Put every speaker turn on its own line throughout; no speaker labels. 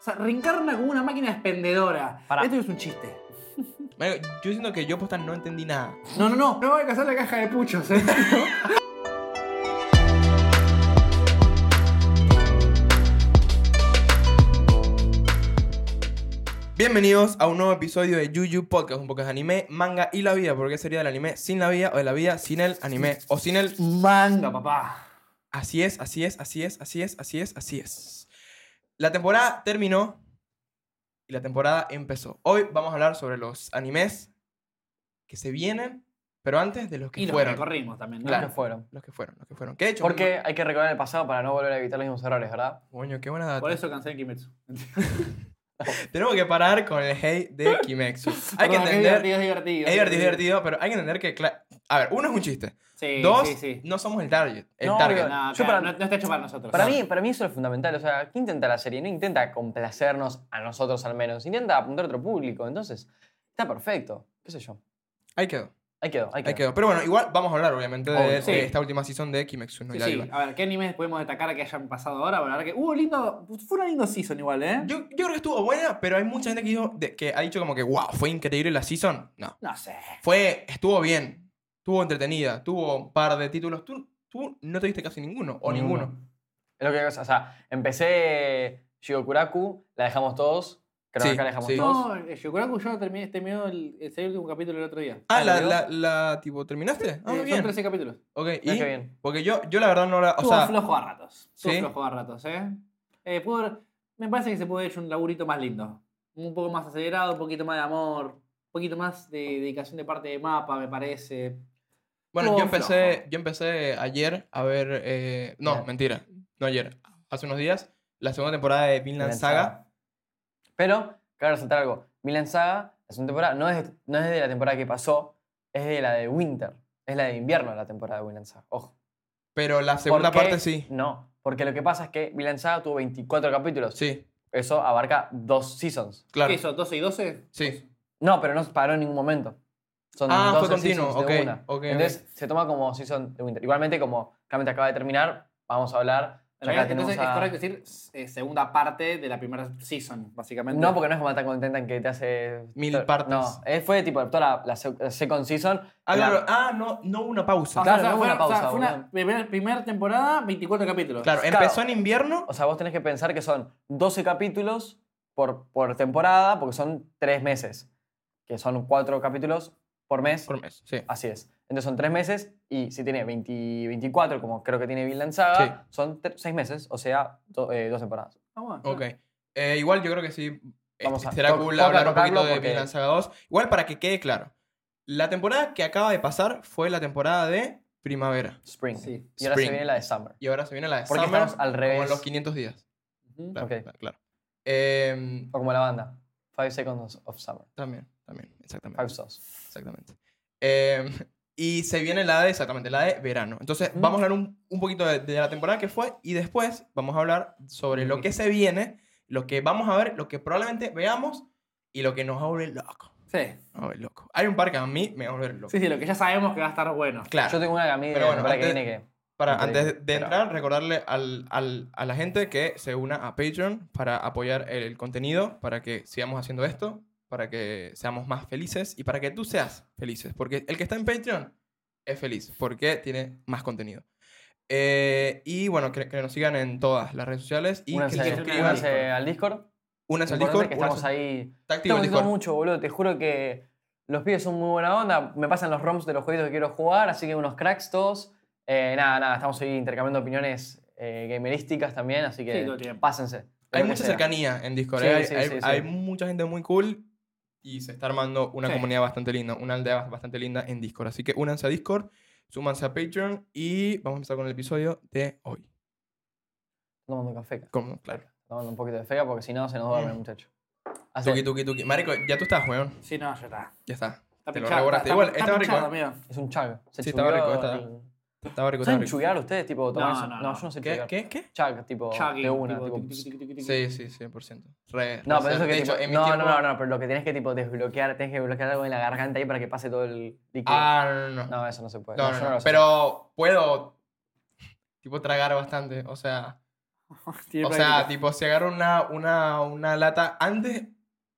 O sea, reencarna como una máquina expendedora.
Pará.
Esto es un chiste.
Marico, Yo siento que yo posta no entendí nada.
No, no, no. No voy a cazar la caja de puchos, ¿eh?
Bienvenidos a un nuevo episodio de Yuyu Podcast, un podcast de anime, manga y la vida. Porque sería del anime sin la vida o de la vida sin el anime o sin el.
Manga, papá.
Así es, así es, así es, así es, así es, así es. La temporada terminó y la temporada empezó. Hoy vamos a hablar sobre los animes que se vienen, pero antes de los que
Y lo
fueron.
recorrimos también, ¿no?
Claro.
que fueron.
Los que fueron, los que fueron. ¿Qué he hecho?
Porque hay que recordar el pasado para no volver a evitar los mismos errores, ¿verdad?
Coño, qué buena data.
Por eso cancelé Kimetsu.
Tenemos que parar con el hate de Kimetsu. hay que
Perdón, es
entender.
divertido, es divertido.
Es divertido, es divertido, pero hay que entender que. cla- A ver, uno es un chiste.
Sí,
Dos,
sí, sí.
no somos el target. El
No,
target.
obvio,
No,
Yo
claro,
para-
no, no está hecho para nosotros.
Para
No.
mí, para mí eso es fundamental. O sea, ¿qué intenta la serie? No intenta complacernos a nosotros al menos. Intenta apuntar a otro público. Entonces, está perfecto. ¿Qué sé yo?
Ahí quedó.
Ahí quedó, ahí quedó.
Ahí quedó. Pero bueno, igual vamos a hablar, obviamente, de,
Obvio.
de
Sí.
esta última season de Kimetsu no
Sí,
Yaiba.
sí. A ver, ¿qué animes podemos destacar que hayan pasado ahora? Bueno, la verdad que hubo lindo. Fue una linda season igual, ¿eh?
Yo, yo creo que estuvo buena, pero hay mucha gente que, dijo de- que ha dicho como que, wow, fue increíble la season. No.
No sé.
Fue, estuvo bien. Estuvo entretenida. Tuvo un par de títulos. Tú, tú no te viste casi ninguno, o ninguno.
Es lo que, o sea, empecé Shigokuraku, la dejamos todos. Creo
Sí,
que acá la dejamos
sí.
todos.
No, eh, Shokuraku yo terminé este miedo el, el serio último capítulo el otro día.
Ah,
Ah,
la,
¿lo
la, la, tipo, ¿terminaste? Ah,
Eh,
muy
Son
bien.
13 capítulos.
Ok, y...
Mirá qué bien.
Porque yo, yo la verdad no la... O
Estuvo
sea,
flojo a ratos. Estuvo
¿Sí?
flojo a ratos, ¿eh? Eh, pudo haber- me parece que se puede haber hecho un laburito más lindo. Un poco más acelerado, un poquito más de amor, un poquito más de dedicación de parte de mapa, me parece.
Bueno,
Todo
yo empecé,
flojo.
yo empecé ayer a ver. eh, no,
Bien.
mentira. No ayer. Hace unos días. La segunda temporada de Vinland
Vinland
Saga.
Pero, quiero resaltar algo. Vinland Saga, la segunda temporada, no es, no es de la temporada que pasó, es de la de Winter. Es la de invierno la temporada de Vinland Saga. Ojo.
Pero la segunda
¿Por qué?
parte sí.
No, porque lo que pasa es que Vinland Saga tuvo 24 capítulos.
Sí,
Eso abarca dos seasons.
claro.
¿Qué hizo? ¿12 y 12?
Sí.
No, pero no paró en ningún momento. Son
Ah, fue
12
continuo,
seasons de
ok,
una.
ok,
Entonces se toma como season de Winter. Igualmente, como realmente acaba de terminar, vamos a hablar. Ya acá tenemos
Entonces
a-
es correcto decir eh, segunda parte de la primera season, básicamente.
No, porque no es como tan contenta en que te hace.
Mil
to-
partes.
No, eh, fue tipo toda la, la sec- la second season.
Ah,
la-
claro. Ah, no, no hubo una pausa.
Ah,
Claro,
o sea,
no hubo
fue-
una
o sea,
pausa,
fue
boludo.
una primera, primera temporada, 24 capítulos.
Claro,
Pues, claro.
empezó en invierno.
O sea, vos tenés que pensar que son 12 capítulos por, por temporada, porque son 3 meses. Que son 4 capítulos por mes.
Por mes, sí.
Así es. Entonces son 3 meses y si tiene 20 24, como creo que tiene Vinland Saga, son 6 meses, o sea, 2 temporadas.
Ah, bueno, claro.
Ok. Eh, igual yo creo que sí. eh,
Vamos a-
será
to-
cool
toca
hablar un poquito
tocarlo
de
porque-
Vinland Saga 2. Igual para que quede claro. La temporada que acaba de pasar fue la temporada de primavera.
Spring.
Sí.
Y ahora
Spring.
se viene la de Summer.
Y ahora se viene la de
Porque
Summer,
estamos al
Como en
revés.
los 500 días.
Ujú.
Claro,
Ok.
claro. Em,
O como la banda. 5 Seconds of Summer.
También, también,
5
exactamente.
Seconds.
Exactamente. Em, y se viene la de, exactamente, la de verano. Entonces,
Ujú.
vamos a hablar un, un poquito de, de la temporada que fue y después vamos a hablar sobre lo
Ujú.
que se viene, lo que vamos a ver, lo que probablemente veamos y lo que nos va a volver loco.
Sí.
Nos va a volver loco. Hay un par que a mí me va a volver loco.
sí, sí, lo que ya sabemos que va a estar bueno.
Claro.
Yo tengo una camisa
Pero bueno,
para que
antes-
viene que.
Para,
Increíble.
antes de- de
Pero-
entrar, recordarle al, al- a la gente que se una a Patreon para apoyar el, el contenido, para que sigamos haciendo esto, para que seamos más felices y para que tú seas felices. Porque el que está en Patreon es feliz, porque tiene más contenido. Eh, y bueno, que, que nos sigan en todas las redes sociales y que
únanse-
se
se
suscriban.
suscriba.
únanse al Discord.
Únanse al Discord.
Importante que estamos
únanse-
ahí.
Está
Te
activo el
gustó
Discord.
mucho, boludo. Te juro que los pibes son muy buena onda. Me pasan los ROMs de los jueguitos que quiero jugar, así que unos cracks todos. Eh, nada, nada, estamos ahí intercambiando opiniones eh, gamerísticas también, así
Sí,
que
todo el tiempo.
pásense. de
Hay
lo que
mucha
sea.
cercanía en Discord.
Sí,
hay,
sí,
hay-
sí, sí.
hay mucha gente muy cool y se está armando una
Sí.
comunidad bastante linda, una aldea bast- bastante linda en Discord. Así que únanse a Discord, súmanse a Patreon y vamos a empezar con el episodio de hoy.
Tomando café, acá.
Como, claro.
tomando un poquito de feca porque si no se nos duerme,
Mm.
muchacho. Así
Tuki, tuki, tuki. Marico, ya tú estás, weón.
Sí, no, ya está.
Ya está.
Está
Te lo
pinchado.
reboraste.
está-
Igual,
está
estaba rico,
pinchado,
¿eh?
amigo.
es un chug. Se
Sí, estaba
chugueó
rico, estaba-
el-
Estaba rico, estaba
¿Saben
rico.
chugar ustedes? Tipo,
No,
tomarse-
no, no.
yo no sé
¿Qué?
chugar.
¿Qué? ¿Qué?
Chug, tipo,
Chugging,
Oh, de una.
tipo,
tipo,
tic, tic, tic, tic, tic.
Sí, sí, 100%. Re,
No,
re
pero
ser.
eso que
De
tipo,
hecho, en mi
no,
tiempo-
no, no, no, pero lo que tenés que tipo desbloquear, tenés que bloquear algo en la garganta ahí para que pase todo el líquido.
Ah, no, no, no.
no, eso no se puede.
No,
yo
no, no,
lo sé.
Pero puedo, tipo, tragar bastante. O sea,
Tiene
O sea,
práctica.
tipo, si agarro una, una, una lata antes,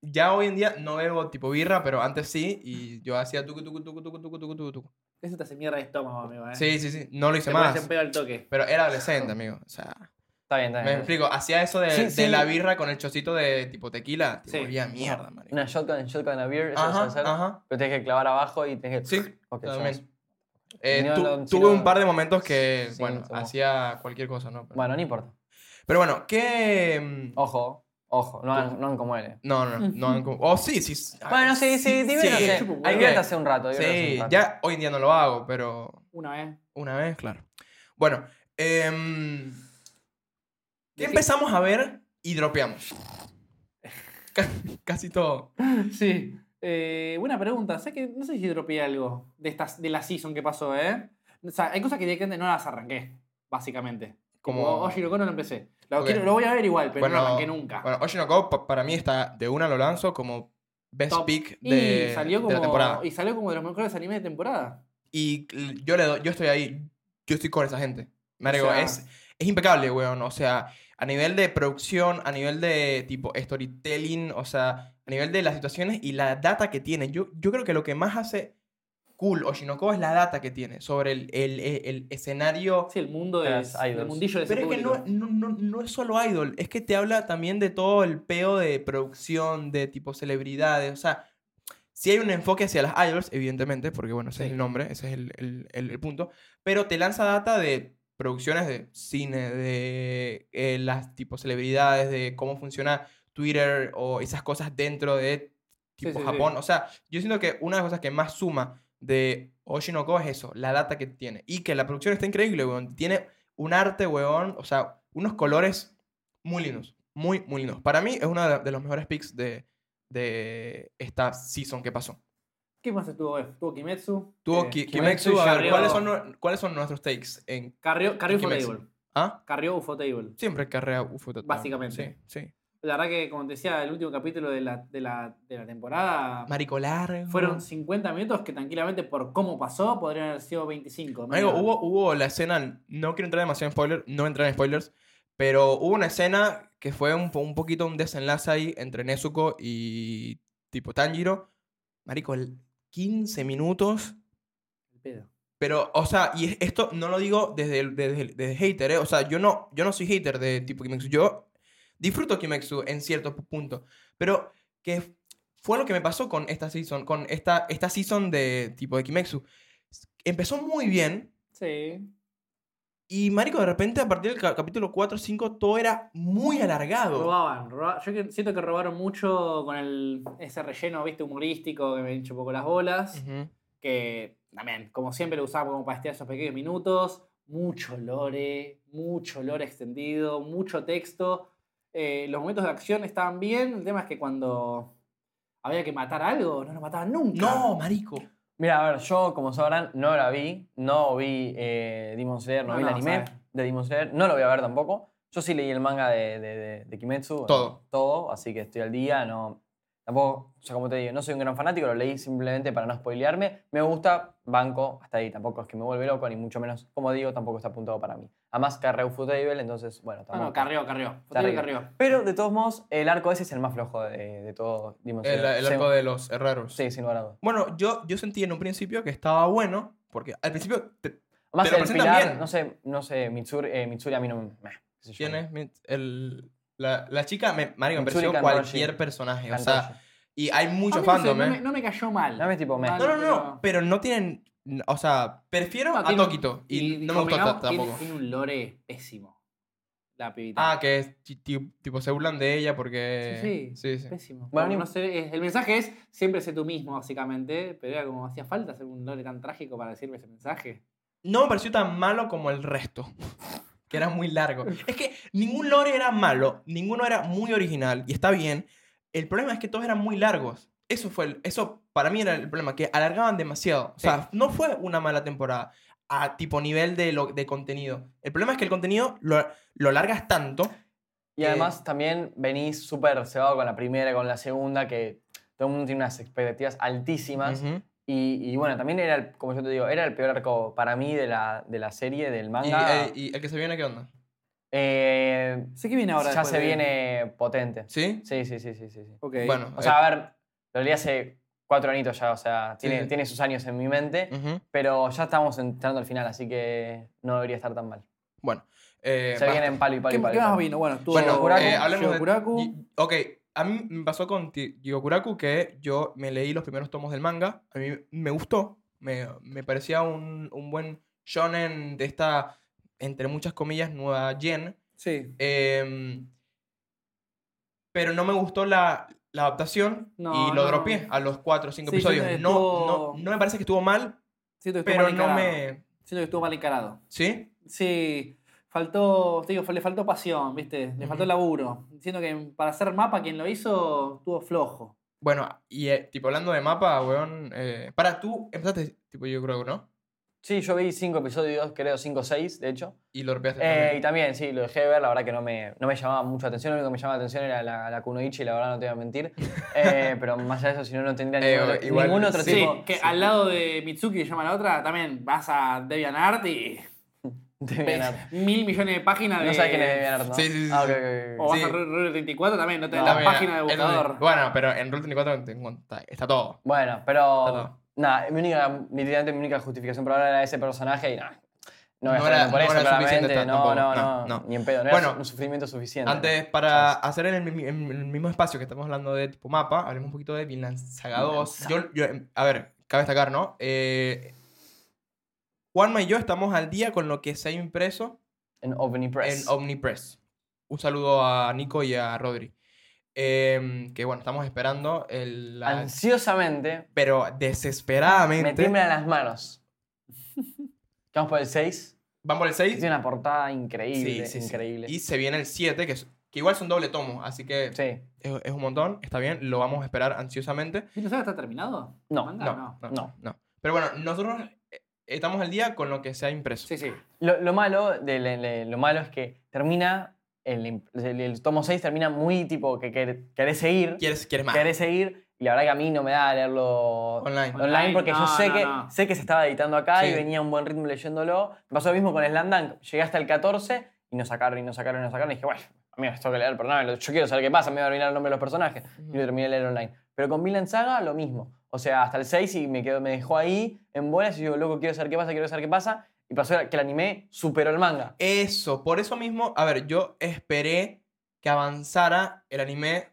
ya hoy en día no bebo tipo birra, pero antes sí, y yo hacía tucu, tucu, tucu, tucu, tucu, tucu, tucu, tucu.
Eso te hace mierda de estómago, amigo.
Ah.
¿eh?
Sí, sí, sí, no lo hice
Te
más.
pones en pedo al toque.
Pero era adolescente, amigo. O sea,
Está bien, está
me
bien.
explico, hacía eso de,
Ah. Sí,
de
sí.
la birra con el chocito de tipo tequila. Te
Sí.
volvía mierda, marico.
Una shotgun, shotgun a beer, eso lo
Ajá,
sabes hacer.
ajá.
Pero tenés que clavar abajo y tenés que.
Sí,
Ok, ya
también.
ves.
Eh,
No,
tu-
no, sí,
tuve
no,
un par de momentos que,
sí,
bueno,
como-
hacía cualquier cosa, ¿no? Pero pero bueno,
Bueno, no importa.
¿qué...? mm,
Ojo, ojo, no hagan, no hagan como él. eh.
No, no, no. no han com- oh, sí, sí. sí.
Bueno, sí, sí, diviértanse.
chupo, bueno.
Diviértase un rato. diviértanse
Sí,
un rato.
ya hoy en día no lo hago, pero
Una ¿eh? vez.
una vez, claro. Bueno, em, ¿qué
Decí-
empezamos a ver y dropeamos? Ca- Casi todo.
Sí. Eh, buena pregunta. Sé que no sé si dropeé algo de, estas, de la season que pasó, ¿eh? O sea, hay cosas que directamente no las arranqué, básicamente. Como
Como-
Oye, loco, no lo empecé. Lo,
Ok.
quiero- lo voy a ver igual, pero no
Bueno,
lo arranqué nunca.
Bueno, Oshinoko pa- para mí está de una, lo lanzo como best
Top.
pick
y,
de,
salió como,
de la temporada.
y salió como de los mejores animes de temporada.
Y l- yo le doy, yo estoy ahí, yo estoy con esa gente. Me
O sea-
es, es impecable, weón. O sea, a nivel de producción, a nivel de tipo storytelling, o sea, a nivel de las situaciones y la data que tiene. Yo, yo creo que lo que más hace cool Oshinoko es la data que tiene sobre el, el- el- el escenario.
Sí, el mundo de,
Las idols.
del mundillo de ese
Pero es que
público.
no, no, no, no es solo idol, es que te habla también de todo el peo de producción, de tipo celebridades, o sea, si hay un enfoque hacia las idols, evidentemente, porque bueno, ese es
Sí.
el nombre, ese es el, el- el- el punto, pero te lanza data de producciones de cine, de eh, las tipo celebridades, de cómo funciona Twitter o esas cosas dentro de
Sí, sí,
tipo
sí.
Japón, o sea, yo siento que una de las cosas que más suma de Oshinoko es eso, la data que tiene. Y que la producción está increíble, weón. Tiene un arte, weón, o sea, unos colores muy lindos. Muy, muy lindos. Para mí es uno de los mejores picks de, de esta season que pasó.
¿Qué más estuvo? Estuvo Kimetsu.
Tuvo
eh,
Ki-
Kimetsu
Kimetsu,
y
a ver,
Shareo.
¿cuáles son, nu- ¿cuáles son nuestros takes? En,
Carrió, carrió
y Kimetsu.
Ufotable.
¿Ah?
Carrió Ufotable.
Siempre carrea UFO. total.
Básicamente.
Sí, sí.
La verdad que, como te decía, el último capítulo de la, de la, de la temporada
Marico largo.
Ah. fueron 50 minutos que tranquilamente por cómo pasó podrían haber sido 25.
Amigo,
menos.
hubo, hubo la escena, no quiero entrar demasiado en spoilers, no entrar en spoilers, pero hubo una escena que fue un, po- un poquito un desenlace ahí entre Nezuko y tipo Tanjiro. Marico, el 15 minutos.
El pedo.
Pero, o sea, y es- esto no lo digo desde, el- desde, el- desde hater, ¿eh? O sea, yo no, yo no soy hater de tipo Kimetsu. Yo disfruto Kimetsu en ciertos pu- puntos. Pero que f- fue lo que me pasó con esta season, con esta, esta season de tipo de Kimetsu. Empezó muy bien,
Sí.
y marico, de repente a partir del ca- capítulo 4 5 todo era muy alargado.
Robaban. roba- Yo que- siento que robaron mucho con el, ese relleno, viste, humorístico que me hinchó un poco las bolas.
Ujú.
Que también, como siempre, lo usaba como para estirar esos pequeños minutos. Mucho lore, mucho lore extendido, mucho texto. Eh, los momentos de acción estaban bien. El tema es que cuando había que matar algo, no lo mataban nunca.
No, marico.
Mira, a ver, yo, como sabrán, no la vi. No vi eh, Demon Slayer, no,
No,
vi el
no,
anime
sabe.
de Demon Slayer. No lo voy a ver tampoco. Yo sí leí el manga de, de- de- de Kimetsu.
Todo.
eh, Todo, así que estoy al día. No, tampoco, o sea, como te digo, no soy un gran fanático. Lo leí simplemente para no spoilearme. Me gusta, banco, hasta ahí. Tampoco es que me vuelve loco, ni mucho menos, como digo, tampoco está apuntado para mí. Además, carreo Futable, entonces, bueno,
Ah,
tampoco.
no, carrió, carrió. Fotero carrió.
Pero, de todos modos, el arco ese es el más flojo de, de todo Demon Slayer.
El, el
Sí.
arco de los herreros.
Sí, sin lugar a dudas.
Bueno, yo, yo sentí en un principio que estaba bueno, porque al principio te-
Además,
Te lo
el
presentan
pilar,
bien.
no sé, no sé, Mitsuri, eh, Mitsuri a mí no me... meh, qué sé yo.
tienes mi- el, la, la chica, me, marico, me
Mitsuri
pareció
Kanroshi.
cualquier personaje. O
Kanroshi.
sea, y hay mucho
A mí no sé,
fandom,
no,
¿eh?
me, no me cayó mal.
A mí es tipo meh.
No,
No, no, no,
pero-
pero no tienen... O sea, prefiero
No,
a
tiene-
Tokito. Y, no me gustó
convengamos
ta-
que tiene-
tampoco.
Tiene un lore pésimo. La pibita.
Ah, que es ti- ti- tipo se burlan de ella porque...
Sí,
sí. sí.
Pésimo.
Bueno,
Como
ni-
no sé, es- el mensaje es siempre sé tú mismo, básicamente. Pero era como hacía falta hacer un lore tan trágico para decirme ese mensaje.
no me pareció tan malo como el resto. Que era muy largo. Es que ningún lore era malo, ninguno era muy original y está bien. El problema es que todos eran muy largos. Eso fue el- eso para mí era el problema, que alargaban demasiado. O sea, no fue una mala temporada a tipo nivel de, lo, de contenido. El problema es que el contenido lo, lo largas tanto.
Y
Eh,
además también venís súper cebado con la primera, con la segunda, que todo el mundo tiene unas expectativas altísimas.
Ujú.
y, y bueno, también era, el- como yo te digo, era el peor arco para mí de la, de la serie, del
y,
manga.
eh, y el que se viene, ¿qué onda?
Eh,
Sé que viene ahora.
ya
después
se
de-
viene potente.
¿Sí?
Sí, sí, sí, sí, sí. sí.
Ok.
Bueno.
O sea, a ver, lo leí hace cuatro añitos ya, o sea,
Sí,
tiene,
sí.
tiene sus años en mi mente,
ujú.
pero ya estamos entrando al final, así que no debería estar tan mal.
Bueno. eh,
se
basta.
vienen palo y palo
¿Qué,
y palo.
qué
y
más
palo.
vino? Bueno, estuvo
Bueno,
Yoguraku,
eh, hablemos de...
Yoguraku.
y- ok, a mí me pasó con Ti- Yoguraku que yo me leí los primeros tomos del manga. A mí me gustó. Me, me parecía un, un buen shonen de esta, entre muchas comillas, nueva gen.
Sí.
Em, pero no me gustó la, la adaptación
No,
y lo
no.
dropeé a los 4 o 5
Sí,
episodios.
siento que
No, no,
estuvo-
no me parece que estuvo mal,
Siento que estuvo
pero
mal
no
encarado.
me...
Siento que estuvo mal encarado.
¿Sí?
Sí, faltó, te digo, le faltó pasión, ¿viste? Le faltó
Ujú.
laburo. Siento que para hacer mapa, quien lo hizo estuvo flojo.
Bueno, y eh, tipo hablando de mapa, weón... eh, para, tú empezaste, tipo yo creo, ¿no?
Sí, yo vi cinco episodios, creo, cinco o seis, de hecho.
Y lo dropeaste.
Eh,
también.
y también, sí, lo dejé de ver, la verdad que no me, no me llamaba mucho la atención, lo único que me llamaba la atención era la, la Kunoichi, la verdad no te voy a mentir. Eh, pero más allá de eso, si no, no tendría
Eh,
ningún,
o- igual,
ningún otro
Sí,
Sí,
tipo.
que al lado de Mitsuki, que llama la otra, también vas a DeviantArt y
de
ves
Bienart.
mil millones de páginas de...
No sabes quién es Bienart, ¿no?
Sí, sí, sí,
Ah, ok,
sí.
ok,
O
ok.
vas
Sí.
a Rule 34 también, no te
No,
la
También,
página de
es donde-
buscador.
Bueno, pero en Rule 34 te encuentra- está todo.
Bueno,
Está
pero.
todo.
Nada, mi única, literalmente mi única justificación para ahora era ese personaje y nada.
No
No, voy a
era-
era, por
no
eso,
era suficiente
claramente. No,
tampoco,
no,
no,
no,
no.
Ni en pedo, no era
Bueno,
un sufrimiento suficiente.
Antes, para hacer en el, mi- en el mismo espacio que estamos hablando de tipo mapa, hablemos un poquito de Vinland Saga 2. Yo, yo- a ver, cabe destacar, ¿no? Eh, Juanma y yo estamos al día con lo que se ha impreso
En Opening Press.
en Omnipress. Un saludo a Nico y a Rodri. Eh, que bueno, estamos esperando el... la-
Ansiosamente,
pero desesperadamente...
me tiemblan las manos. Estamos por el 6.
¿Van por el 6?
Tiene una portada increíble,
sí, sí.
increíble.
Y se viene el 7, que, es- que igual son doble tomo, así que
Sí.
es, es un montón, está bien, lo vamos a esperar ansiosamente.
¿Y no sabes está terminado?
No,
¿El manga?
No, no, no.
no.
Pero bueno, nosotros eh, estamos al día con lo que se ha impreso.
Sí, sí.
Lo, lo malo de, le- le- lo malo es que termina. El, imp- el- el tomo 6 termina muy tipo que quer- querés seguir.
¿Quieres, quieres más?
querés seguir. Y la verdad que a mí no me da leerlo online,
Online.
Online.
porque yo
no,
sé,
no,
que,
no.
sé que se estaba editando acá
Sí.
y venía un buen ritmo leyéndolo. Me pasó lo mismo con Slam Dunk. Llegué hasta el 14 y nos sacaron y nos sacaron y nos sacaron. Y dije, bueno, amigo, esto que leer, pero no, yo quiero saber qué pasa, me va a arruinar el nombre de los personajes. Y lo terminé de leer online. Pero con Vinland Saga, lo mismo. O sea, hasta el 6 y me, quedó, me dejó ahí en bolas y yo, loco, quiero saber qué pasa, quiero saber qué pasa. Y pasó que el anime superó el manga.
Eso, por eso mismo, a ver, yo esperé que avanzara el anime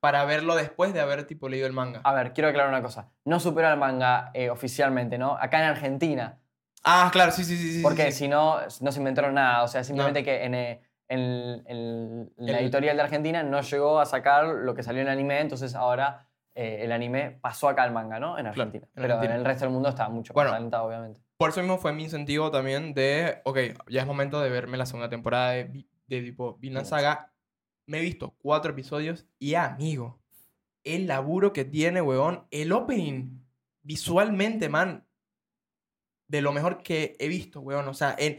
para verlo después de haber tipo leído el manga.
A ver, quiero aclarar una cosa. No superó el manga eh, oficialmente, ¿no? Acá en Argentina.
Ah, claro, sí, sí, sí. sí,
Porque
sí.
si no, no se inventaron nada. O sea, simplemente que en, eh, en- en la
El-
editorial de Argentina no llegó a sacar lo que salió en anime, entonces ahora eh, el anime pasó acá al manga, ¿no? En Argentina.
en
Pero
Argentina.
en el resto del mundo está mucho
Bueno.
más adelantado, obviamente.
Por eso mismo fue mi incentivo también de, ok, ya es momento de verme la segunda temporada de, Vi- de tipo Vinland Saga. Me he visto cuatro episodios y amigo, el laburo que tiene, weón, el opening, visualmente, man, de lo mejor que he visto, weón. O sea, en,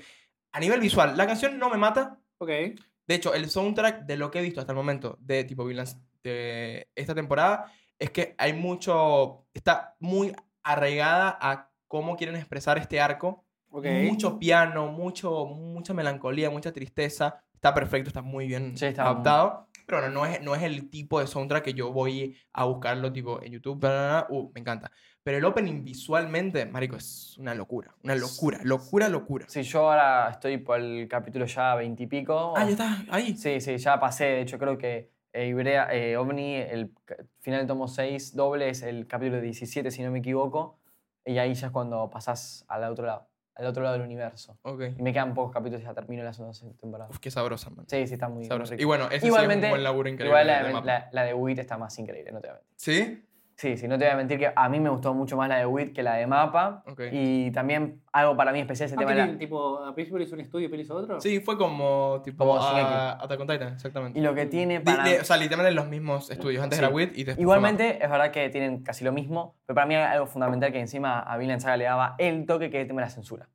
a nivel visual, la canción no me mata.
Ok.
De hecho, el soundtrack de lo que he visto hasta el momento de tipo Vinland S- de esta temporada es que hay mucho, está muy arraigada a cómo quieren expresar este arco
Ok.
mucho piano, mucho, mucha melancolía, mucha tristeza. Está perfecto, está muy bien
Sí, está
adaptado. Pero bueno, no es, no es el tipo de soundtrack que yo voy a buscarlo tipo en YouTube. bla, bla, bla. Uh, me encanta. Pero el opening visualmente, marico, es una locura. Una locura, locura, locura.
Sí, yo ahora estoy por el capítulo ya veintipico.
Ah, ya está, ahí.
Sí, sí, ya pasé. De hecho, creo que eh, Ibrea, eh, OVNI, el ca- final del tomo 6 doble es el capítulo 17, si no me equivoco. Y ahí ya es cuando pasás al otro lado, al otro lado del universo.
Ok.
Y me quedan pocos capítulos y ya termino la segunda temporada.
Uf, qué sabrosa, man.
Sí, sí, está muy, muy
Sabrosa.
rico.
Y bueno, ese sí es un
Igualmente-
buen laburo increíble.
Igual
de
la,
mapa.
la- la de Wit está más increíble, no te voy a mentir.
¿Sí?
Sí, sí, no te voy a mentir que a mí me gustó mucho más la de Wit que la de Mapa.
Ok.
Y también algo para mí especial es el
Ah,
tema de
¿qué
la-
tienen? tipo, a Pittsburgh hizo un estudio y Pérez hizo otro.
Sí, fue como tipo
Como
a,
Shingeki.
Attack on Titan, exactamente.
Y lo que tiene
Di-
para...
di- o sea, literalmente los mismos estudios. Antes
Sí.
era WIT y después fue mapa.
Igualmente, es verdad que tienen casi lo mismo, pero para mí hay algo fundamental que encima a Vinland Saga le daba el toque que es el tema de la censura.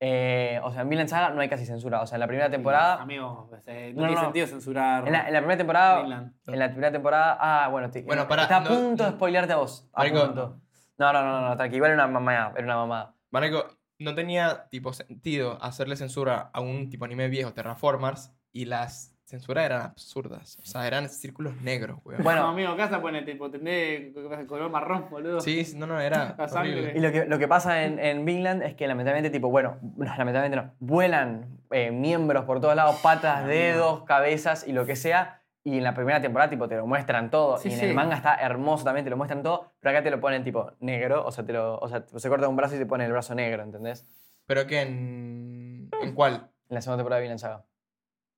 Eh, o sea, en Vinland Saga no hay casi censura. O sea, en la primera temporada.
Amigo, este, no,
No,
tiene
no.
sentido censurar.
En la, en la primera temporada.
Vinland.
En la primera temporada. Ah, bueno, te-
Bueno, pará,
está a
no-
punto de spoilearte a vos. A
Marico.
punto. No, no, no, no, no, tranqui. Igual era una mamada. Era una mamada.
Marico, no tenía tipo sentido hacerle censura a un tipo anime viejo, Terraformers, y las censuras eran absurdas. O sea, eran círculos negros, weón.
Bueno.
Bueno, amigo, casa pone tipo, tendré color marrón, boludo.
Sí, sí, no, no, era
La sangre.
horrible.
Y lo que, lo que pasa en, en Vinland es que lamentablemente, tipo, bueno, no, lamentablemente no, vuelan eh, miembros por todos lados, patas, dedos, cabezas y lo que sea. Y en la primera temporada, tipo, te lo muestran todo.
Sí,
y en
sí.
el manga está hermoso también, te lo muestran todo. Pero acá te lo ponen, tipo, negro. O sea, te lo, o sea, tipo, se corta un brazo y te pone el brazo negro, ¿entendés?
Pero que en... ¿En cuál?
En la segunda temporada de Vinland Saga.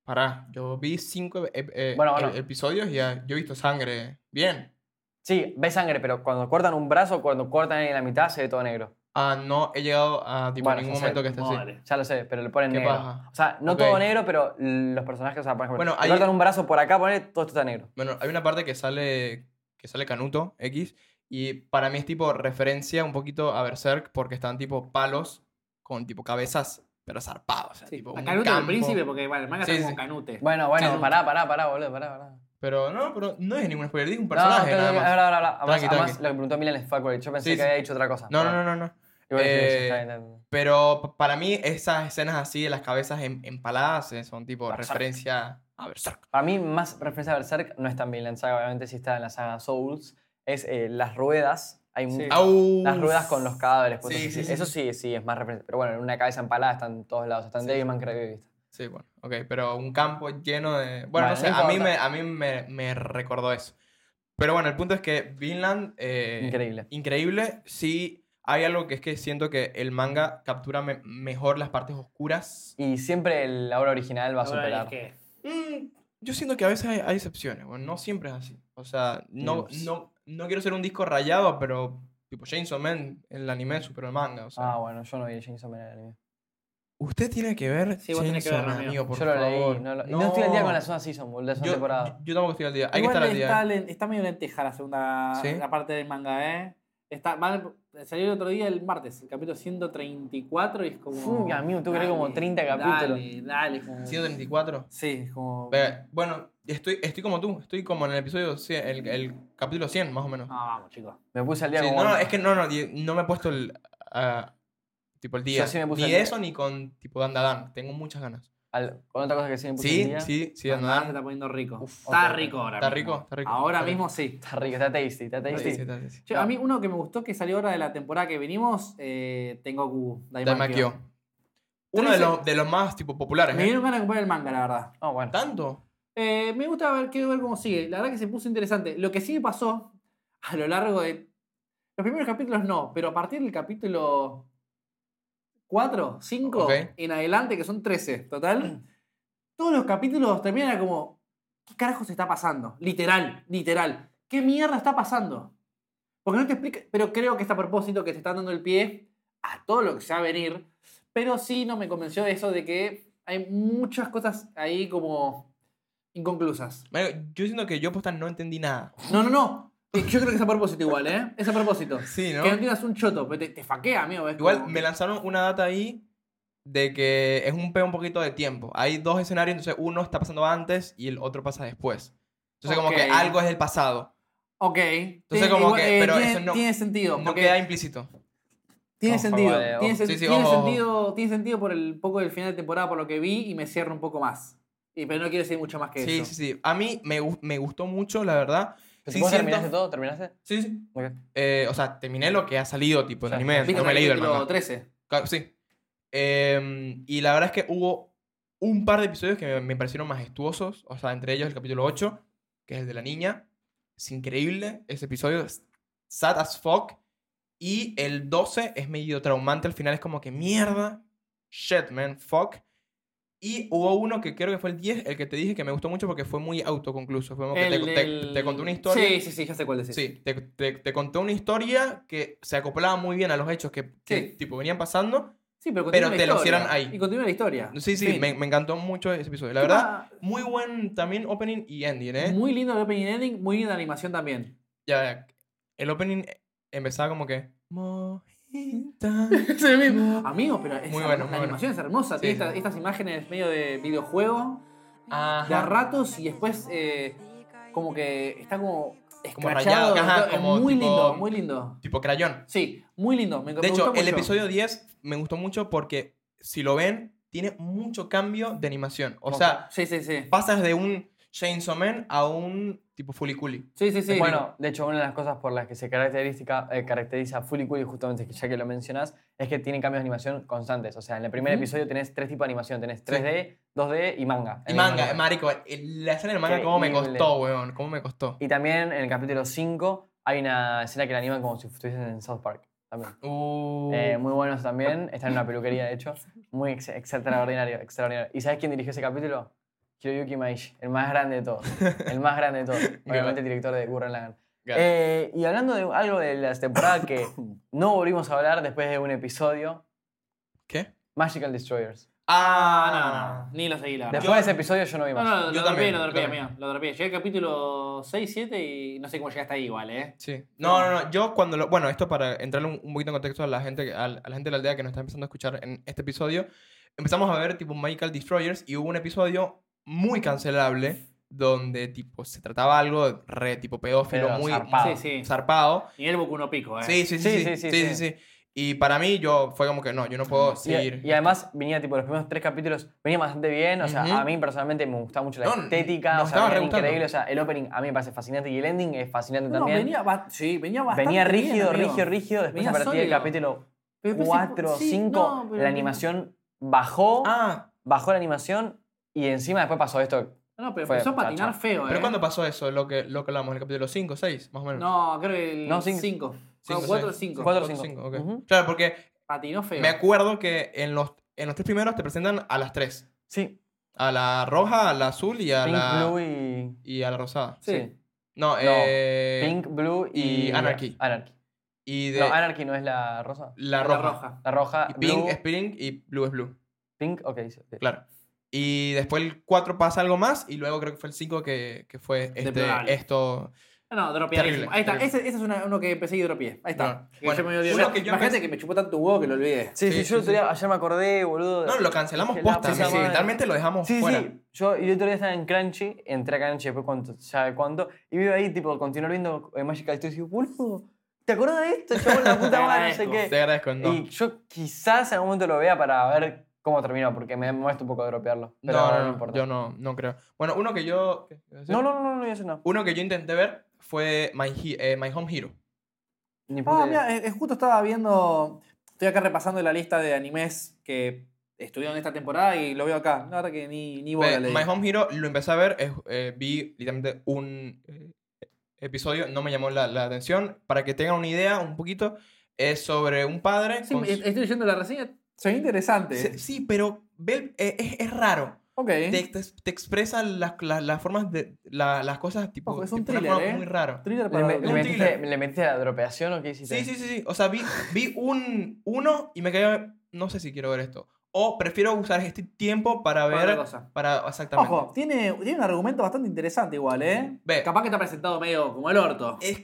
Pará, yo vi cinco ep- ep- eh,
Bueno, bueno.
e- episodios y ya- yo he visto sangre. Bien.
Sí, ves sangre, pero cuando cortan un brazo, cuando cortan en la mitad, se ve todo negro.
Ah, no he llegado a tipo,
Bueno,
ningún
eso
momento
sé.
que esté así.
Madre.
Ya lo sé, pero le ponen
Qué
negro.
paja.
O sea, no
Ok.
todo negro, pero los personajes, o sea, por ejemplo,
Bueno,
te
ahí-
cortan un brazo por acá, ponele, todo esto está negro.
Bueno, hay una parte que sale, que sale Canuto X y para mí es tipo referencia un poquito a Berserk porque están tipo palos con tipo cabezas, pero zarpados. O sea,
Sí,
tipo,
a
un
Canute del
campo.
príncipe, porque bueno, el manga
Sí,
está
sí.
como Canute.
Bueno, bueno,
Sí.
pará, pará, pará, boludo, pará, pará.
Pero no, pero no es ningún spoiler, es un personaje
no,
nada
no,
más.
no, no, no, no, Además,
Tranqui,
además,
tranqui.
lo que preguntó Milan es Factory. Yo pensé
Sí, sí.
que había dicho otra cosa.
No, no, no, no, no.
Igual sí, sí,
Eh,
está bien, está bien.
Pero pa- para mí esas escenas así de las cabezas em- empaladas eh, son tipo
Berserk.
referencia a Berserk.
Para mí, más referencia a Berserk no está en Vinland Saga, obviamente sí está en la saga Souls. Es eh, las ruedas. Hay
Sí.
mu-
Au.
Las ruedas con los cadáveres. pues,
Sí,
eso, sí,
sí, sí.
eso sí, sí, es más referencia. Pero bueno, en una cabeza empalada están en todos lados. Están
Sí,
Devilman, creo que he visto.
Sí, bueno, ok, pero un campo lleno de... Bueno,
Bueno,
no sé,
no
a mí,
importa.
me, a mí me, me recordó eso. Pero bueno, el punto es que Vinland... eh,
Increíble.
Increíble, sí. Hay algo que es que siento que el manga captura me- mejor las partes oscuras.
Y siempre el- la obra original va a superar.
Es que,
Mm, yo siento que a veces hay, hay excepciones, bueno, no siempre es así. O sea, no,
Dios.
no, no quiero ser un disco rayado, pero tipo Chainsaw Man, el anime superó el manga. O sea,
Ah, bueno, yo no vi Chainsaw Man en el anime.
usted tiene que ver
Sí, vos tenés que
Chainsaw
verlo,
Man,
amigo.
amigo, por
yo lo
favor.
leí. No, lo- y no estoy al día con la segunda season, boludo, la
yo,
segunda
yo
temporada.
yo tampoco estoy al día. Hay
Igual
que estar al día.
está, len- está medio lenteja la segunda
¿Sí?
la parte del manga, ¿eh? Está, va- salió el otro día, el martes, el capítulo 134 y es como...
Fui, amigo, tuve que ver como
dale,
30 capítulos.
Dale, dale. Como,
134.
Sí, es como...
Ve, Bueno, estoy, estoy como tú. Estoy como en el episodio 100, el, el capítulo 100, más o menos.
Ah,
No, vamos, chicos.
Me puse al día
Sí,
como.
no, no, es que no, no, die- no me he puesto el. ah, tipo el día.
Yo sí me puse
ni
el
de
día.
eso ni con tipo Dandadan. Tengo muchas ganas.
al- con otra cosa que sí me puse al
Sí,
día. Ah,
sí, sí,
Andar se
Dandadan.
está poniendo rico.
Uf,
está
ok.
rico ahora
Está
mismo.
rico, está rico,
Ahora
está rico.
mismo sí.
Está rico, está tasty, está
Sí,
tasty.
sí, está bien, sí.
Che, a mí uno que me gustó que salió ahora de la temporada que venimos, eh, Tengoku Daimakyo.
Daimakyo. Uno de
Trece-
los, de los más tipo populares.
Me
¿eh?
dieron ganas de comprar el manga, la verdad.
Oh, bueno.
¿Tanto?
Eh, me gusta ver, quiero ver cómo sigue. La verdad que se puso interesante. Lo que sí me pasó a lo largo de. Los primeros capítulos no, pero a partir del capítulo 4, 5,
Ok.
en adelante, que son 13, total, todos los capítulos terminan como. ¿Qué carajo se está pasando? Literal, literal. ¿Qué mierda está pasando? Porque no te explica. Pero creo que está a propósito que te están dando el pie a todo lo que se va a venir. Pero sí no me convenció eso de que hay muchas cosas ahí como inconclusas.
Marico, Yo siento que yo posta no entendí nada.
No, no, no. Eh, Yo creo que es a propósito igual, ¿eh? Es a propósito.
Sí,
Que no entiendas un choto, pero te, te faquea, amigo. es
Igual
como-
me lanzaron una data ahí de que es un peo un poquito de tiempo. Hay dos escenarios, entonces uno está pasando antes y el otro pasa después. Entonces como que
Ok.
algo es del pasado.
Ok. Tiene-
como
igual, eh,
que- pero
tiene,
eso no-
tiene sentido.
No
porque
queda implícito.
tiene
Ojo,
sentido.
vale, ojo.
tiene, sen-
Sí, sí,
tiene
ojo, ojo.
sentido tiene sentido por el poco del final de temporada, por lo que vi, y me cierro un poco más. Y, pero no quiero decir mucho más que
Sí,
eso.
sí, sí. A mí me, gu- me gustó mucho, la verdad.
¿Pero
Sí,
¿Vos
siento-
terminaste todo? ¿Terminaste?
Sí, sí.
Ok.
Eh, o sea, terminé lo que ha salido, tipo, el
Sí.
anime.
¿Viste
No me he
el
leído el
capítulo
manga.
13?
Claro, Sí. Eh, y la verdad es que hubo un par de episodios que me, me parecieron majestuosos. O sea, entre ellos el capítulo 8, que es el de la niña. Es increíble. Ese episodio es sad as fuck. Y el 12 es medio traumante. Al final es como que mierda. Shit, man. Fuck. Y hubo uno que creo que fue el 10, el que te dije que me gustó mucho porque fue muy autoconcluso. Fue como que te,
El
te-
del-
te contó una historia.
Sí, sí, sí, ya sé cuál decir.
Sí, te, te, te contó una historia que se acoplaba muy bien a los hechos que, que,
Sí.
tipo, venían pasando.
Sí, pero, continúa
Pero
la
te lo
historia.
hicieron ahí.
Y continúa la historia.
Sí, sí,
Fin.
me, me encantó mucho ese episodio. La
Encima,
verdad, muy buen también opening y ending, ¿eh?
Muy lindo el opening ending, muy linda animación también.
Ya, ya, el opening e, empezaba como que... Mojita.
Amigo, pero es
Muy
hermo-
bueno,
la
muy bueno.
animación es hermosa.
Sí,
Tiene
sí.
esta- estas imágenes medio de videojuego, de a
Ajá.
ratos, y después eh, como que está como
como
Escrachado,
rayado, ajá,
es
como
muy
tipo,
lindo, muy lindo.
tipo crayón.
Sí, muy lindo. me- me
De hecho,
gustó
el
mucho.
episodio 10 me gustó mucho porque, si lo ven, tiene mucho cambio de animación. O
Ok.
sea,
Sí, sí, sí.
pasas de un Chainsaw Man a un tipo Fuliculi.
Sí, sí, sí.
Bueno, de hecho, una de las cosas por las que se caracteriza, eh, caracteriza Fully Cool, y justamente que ya que lo mencionas, es que tienen cambios de animación constantes. O sea, en el primer
Ujú.
episodio tenés tres tipos de animación: tenés 3D, 2D y manga.
Y
En el
manga, marico, el- la escena del manga,
Qué Eh,
¿cómo me
increíble.
costó, weón? ¿Cómo me costó?
Y también en el capítulo 5 hay una escena que la animan como si estuviesen en South Park. También.
Uh,
Eh, muy buenos también. Están en una peluquería, de hecho. Muy ex- extraordinario, extraordinario. ¿Y sabes quién dirigió ese capítulo? Hiroyuki Maishi, el más grande de todos. El más grande de todos. Obviamente el director de Gurren Lagann.
Got
Eh, y hablando de algo de la temporada que no volvimos a hablar después de un episodio,
¿Qué?
Magical Destroyers.
Ah,
Ah, no, no.
ni lo seguí, la verdad.
Después de ese episodio yo no vi
No,
más.
no,
Yo
lo
también,
dormí, lo
yo
dormí,
también.
amigo. Lo dormí. Llegué al capítulo 6, 7 y no sé cómo llegaste ahí igual, ¿eh?
Sí. No, no, no. Yo cuando lo. Bueno, esto para entrarle un, un poquito en contexto a la gente que- al- a la gente de la aldea que nos está empezando a escuchar en este episodio. Empezamos a ver tipo Michael Destroyers y hubo un episodio muy cancelable donde tipo se trataba algo re tipo pedófilo,
Pero
muy
zarpado. Ah,
sí,
muy
sí.
zarpado.
Nivel Boku no pico, ¿eh?
Sí, sí, sí. Sí, sí, sí.
sí.
sí. Y para mí yo fue como que no, yo no puedo
Y,
seguir.
y además venía tipo los primeros tres capítulos, venía bastante bien, o sea,
Ujú.
a mí personalmente me gustaba mucho la
No,
estética,
nos
o sea,
estaba
venía
re gustando.
increíble, o sea, el opening a mí me parece fascinante y el ending es fascinante
No, no,
también.
venía, ba- sí, venía bastante.
Venía
bien,
rígido,
amigo.
rígido, rígido, después
Venía
a partir del
sólido.
capítulo
Pero después se-
4,
sí,
5,
no, pero-
la animación bajó,
Ah,
bajó la animación y encima después pasó esto.
No, no, pero
Fue,
empezó a patinar
chacho.
feo, ¿eh?
pero ¿cuándo pasó eso? Lo que lo que hablamos, el capítulo 5, 6, más o menos.
No, creo que
No,
el
cinco.
5.
Cinco,
4 o
seis.
5.
Cuatro,
Cuatro,
cinco.
cinco, ok.
Ujú.
Claro, porque
Patinó feo.
Me acuerdo que en los, en los tres primeros te presentan a las tres.
Sí,
A la roja, a la azul y a
Pink,
la...
Blue y...
Y a la rosada.
Sí.
sí.
No, eh...
Pink, Blue y...
y Anarchy.
Anarchy.
Y de...
No, Anarchy no es la rosa.
la
La
roja.
roja.
La roja,
Y
Blue,
Pink es Pink y Blue es Blue.
Pink, ok. sí, sí.
Claro. Y después el 4 pasa algo más y luego creo que fue el 5 que, que fue este,
Deplorable.
esto...
No, no, dropeadísimo.
Terrible,
Ahí está.
terrible.
Ese, ese es una- uno que empecé y dropeé. Ahí está.
No.
Que
Bueno,
yo me olvidé.
uno que yo
Imagínate
pensé-
que me chupó tanto huevo que lo olvidé.
Sí,
Sí,
sí, yo el
sí,
otro día- ayer me acordé, boludo.
No, lo cancelamos
Dije, la
posta.
puta
sí, sí,
madre.
Literalmente lo dejamos
Sí,
fuera.
sí. Yo y el otro día estaba en Crunchy, entré a Crunchy después cuánto, sabe cuánto, y vivo ahí, tipo, continuar viendo eh, Magical Studios y digo, boludo, ¿te acordás de esto? Yo la puta madre, no sé
agradezco.
Te
qué.
agradezco, no.
Y yo quizás en algún momento lo vea para ver cómo terminó, porque me muestra un poco de dropearlo. Pero
no,
no,
no, no,
importa.
yo no, no creo. Bueno, uno que yo... ¿qué? ¿Qué iba a decir?
No, no, no, no, no, eso no.
Uno que yo intenté ver fue My, He- eh, My Home Hero.
Ni puta
Ah,
idea.
mira, eh, justo estaba viendo. Estoy acá repasando la lista de animes que estuvieron esta temporada y lo veo acá. No, ahora que ni, ni bola
Ve,
le di.
My Home Hero lo empecé a ver, es- eh, vi literalmente un eh, episodio, no me llamó la, la atención. Para que tengan una idea, un poquito, es sobre un padre.
Sí,
con
me-
su-
estoy leyendo la reseña. Se ve interesante.
Se- sí, pero ve el- eh, es, es raro.
Ok.
Te, te- te expresa las, las, las formas de la- las cosas tipo.
Ojo, es un
tipo una
thriller,
forma
¿eh?
muy raro.
Thriller
¿Le,
para
me- le
un
metiste,
thriller.
¿Le metiste la dropeación o qué
Sí,
hiciste?
sí, sí, sí. O sea, vi, vi un uno y me quedé. No sé si quiero ver esto. O prefiero usar este tiempo para
Para otra
ver.
cosa.
Para, exactamente.
Ojo, tiene, tiene un argumento bastante interesante igual, ¿eh?
Ve.
Capaz que está presentado medio como el orto.
es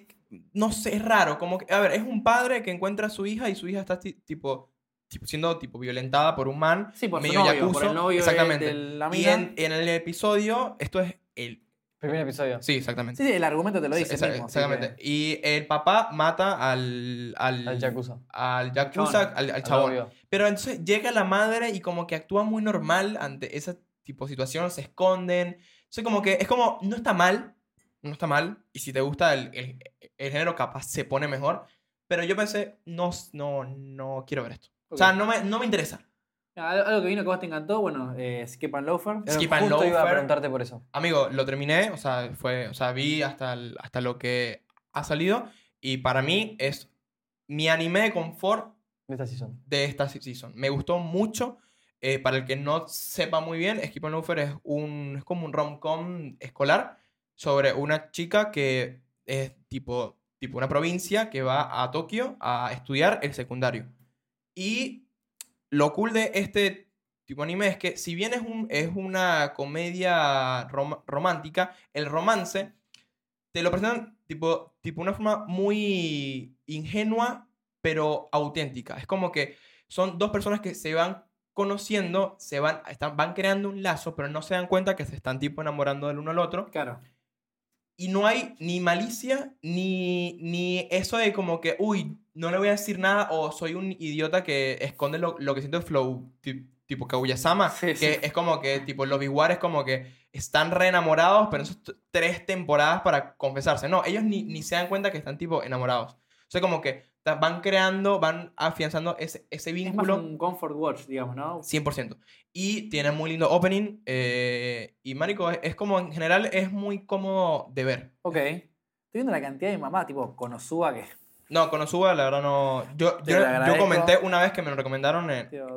no sé, es raro, como que, a ver, es un padre que encuentra a su hija y su hija está ti- tipo, tipo siendo tipo violentada por un man,
Sí, por su
medio
novio,
yakuza,
por el novio de-
exactamente.
de la
y
mina.
en, en el episodio, esto es el
Primer episodio.
sí, exactamente.
Sí, sí, el argumento te lo dice
Exa-
mismo. así
exactamente.
que-
Y el papá mata al al
Al Yakuza.
al yakuza,
Chabón.
al, al
Al
chabón.
novio.
Pero entonces llega la madre y como que actúa muy normal ante esa tipo de situación, se esconden. Soy como que es como, no está mal, no está mal. Y si te gusta el, el, el género, capaz se pone mejor. Pero yo pensé, no, no, no quiero ver esto. O sea,
Ok.
no me, no me interesa.
Al- Algo que vino que vos te encantó, bueno, eh, Skip and Loafer.
Es Skip and
Justo iba a
Loafer.
preguntarte por eso.
Amigo, lo terminé, o sea, fue, o sea, vi hasta, el- hasta lo que ha salido. Y para mí es mi anime de confort
De esta season.
de esta se- season. Me gustó mucho. Eh, para el que no sepa muy bien, Skip and Loafer es, un, es como un rom-com escolar sobre una chica que es tipo, tipo una provincia que va a Tokio a estudiar el secundario. Y lo cool de este tipo de anime es que si bien es, un, es una comedia rom- romántica, el romance te lo presentan tipo, tipo una forma muy ingenua pero auténtica. Es como que son dos personas que se van conociendo, se van, están, van creando un lazo, pero no se dan cuenta que se están tipo enamorando del uno al otro.
Claro.
y no hay ni malicia, ni, ni eso de como que, uy, no le voy a decir nada o soy un idiota que esconde lo, lo que siento de Flow, ti- tipo Kaguya-sama,
Sí,
que
sí.
es como que, tipo, los Biwar es como que están re enamorados, pero en esas t- tres temporadas para confesarse. No, ellos ni, ni se dan cuenta que están, tipo, enamorados. O sea, como que ta- van creando, van afianzando ese, ese
Es más
vínculo.
un comfort watch, digamos, ¿no?
100%. Y tiene muy lindo opening. eh, y Marico, es, es como en general es muy cómodo de ver.
Ok. Estoy viendo la cantidad de mi mamá, tipo, Konosuba, que...
No, con Osuba, la verdad no. Yo,
Te
yo,
lo
yo
agradezco.
comenté una vez que me lo recomendaron en,
tío,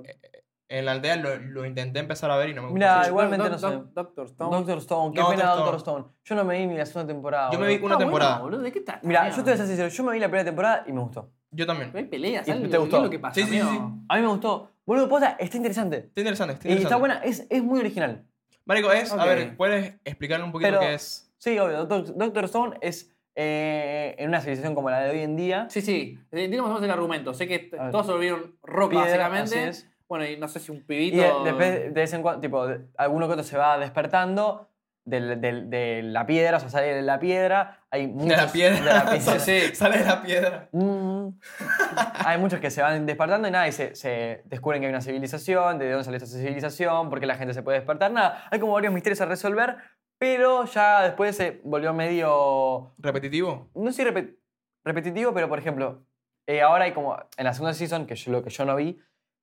en la aldea, lo, lo intenté empezar a ver y no me gustó.
Mira,
mucho.
igualmente no sé.
Doctor Stone.
Doctor Stone, qué
No,
pena
Dr.
Doctor Stone. Yo no me vi ni la segunda temporada.
Yo me vi
boludo.
una
Está
temporada.
buena, Ah, boludo, ¿de qué está?
Mira, yo te voy a ser sincero, yo me vi la primera temporada y me gustó.
Yo también.
Hay peleas,
¿Y
algo,
te
¿qué es
gustó?
lo que pasa,
Sí, sí, sí,
amigo?
sí.
A mí me gustó. Boludo, posta, está interesante.
Está interesante. Está,
Y está
interesante.
buena, es, es muy original.
Marico, es.
Ok.
A ver, ¿puedes explicarle un poquito
Pero-
qué es?
Sí, obvio, Doctor, Doctor Stone es eh, en una civilización como la de hoy en día.
Sí, sí. Eh, Digamos más o menos el argumento. Sé que t-
A ver.
todos se volvieron roca,
piedra, así
básicamente.
es.
Bueno, y no sé si un
Y
pibito...
de, después, de vez en cuando, tipo, de- alguno que otro se va despertando del- del- de, la piedra, o sea, sale de la piedra. Hay muchos,
piedra.
de
Sí,
la piedra.
sí.
Sale de la piedra.
Mm. hay muchos que se van despertando y nada, y se, se descubren que hay una civilización, de dónde salió esa civilización, por qué la gente se puede despertar, nada. Hay como varios misterios a resolver, pero ya después se volvió medio.
Repetitivo.
No sé, si repe- repetitivo, pero por ejemplo, eh, ahora hay como. En la segunda season, que yo lo que yo no vi,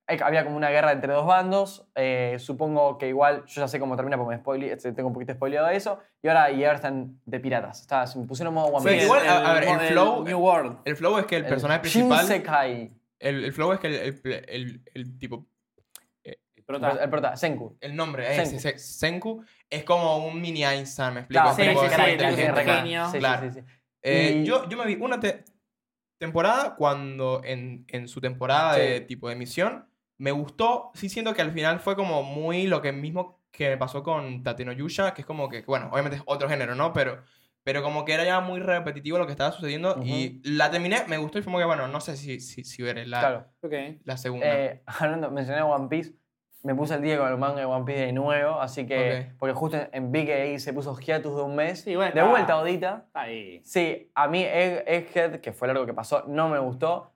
hay- había como una guerra entre dos bandos. eh, supongo que igual, yo ya sé cómo termina porque me spoile- este, tengo un poquito spoileado de eso. Y ahora, y ahora están de piratas. Está, se me pusieron modo One
Sí,
Piece.
igual, a- a ver, el flow-
New World.
El flow es que el,
El
personaje principal.
Shinsekai.
El, el flow es que el, el, el- el tipo.
eh, Pero
El, el prota, Senku.
El nombre es
Senku.
ese, Senku. Es como un mini Einstein, me explico.
Claro,
Es
sí,
como
sí,
que
sí,
es
tiene que ser
inteligente.
un genio.
Sí,
Claro.
sí, sí, sí.
Eh,
Y-
yo, yo me vi una te- temporada cuando en, en su temporada de
Sí.
tipo de misión me gustó. Sí siento que al final fue como muy lo que mismo que me pasó con Tateno Yusha, que es como que, bueno, obviamente es otro género, ¿no? Pero, pero como que era ya muy repetitivo lo que estaba sucediendo y la terminé, me gustó y fue como que, bueno, no sé si, si, si veré la,
Claro.
Ok.
la segunda.
Eh, hablando, mencioné One Piece. Me puse el día con el manga de One Piece de nuevo, así que.
Ok.
Porque justo en, en vi que ahí se puso hiatus de un mes.
Sí, bueno,
de
está.
vuelta, Odita.
Ahí.
Sí, a mí Egg- Egghead, que fue lo largo que pasó, no me gustó.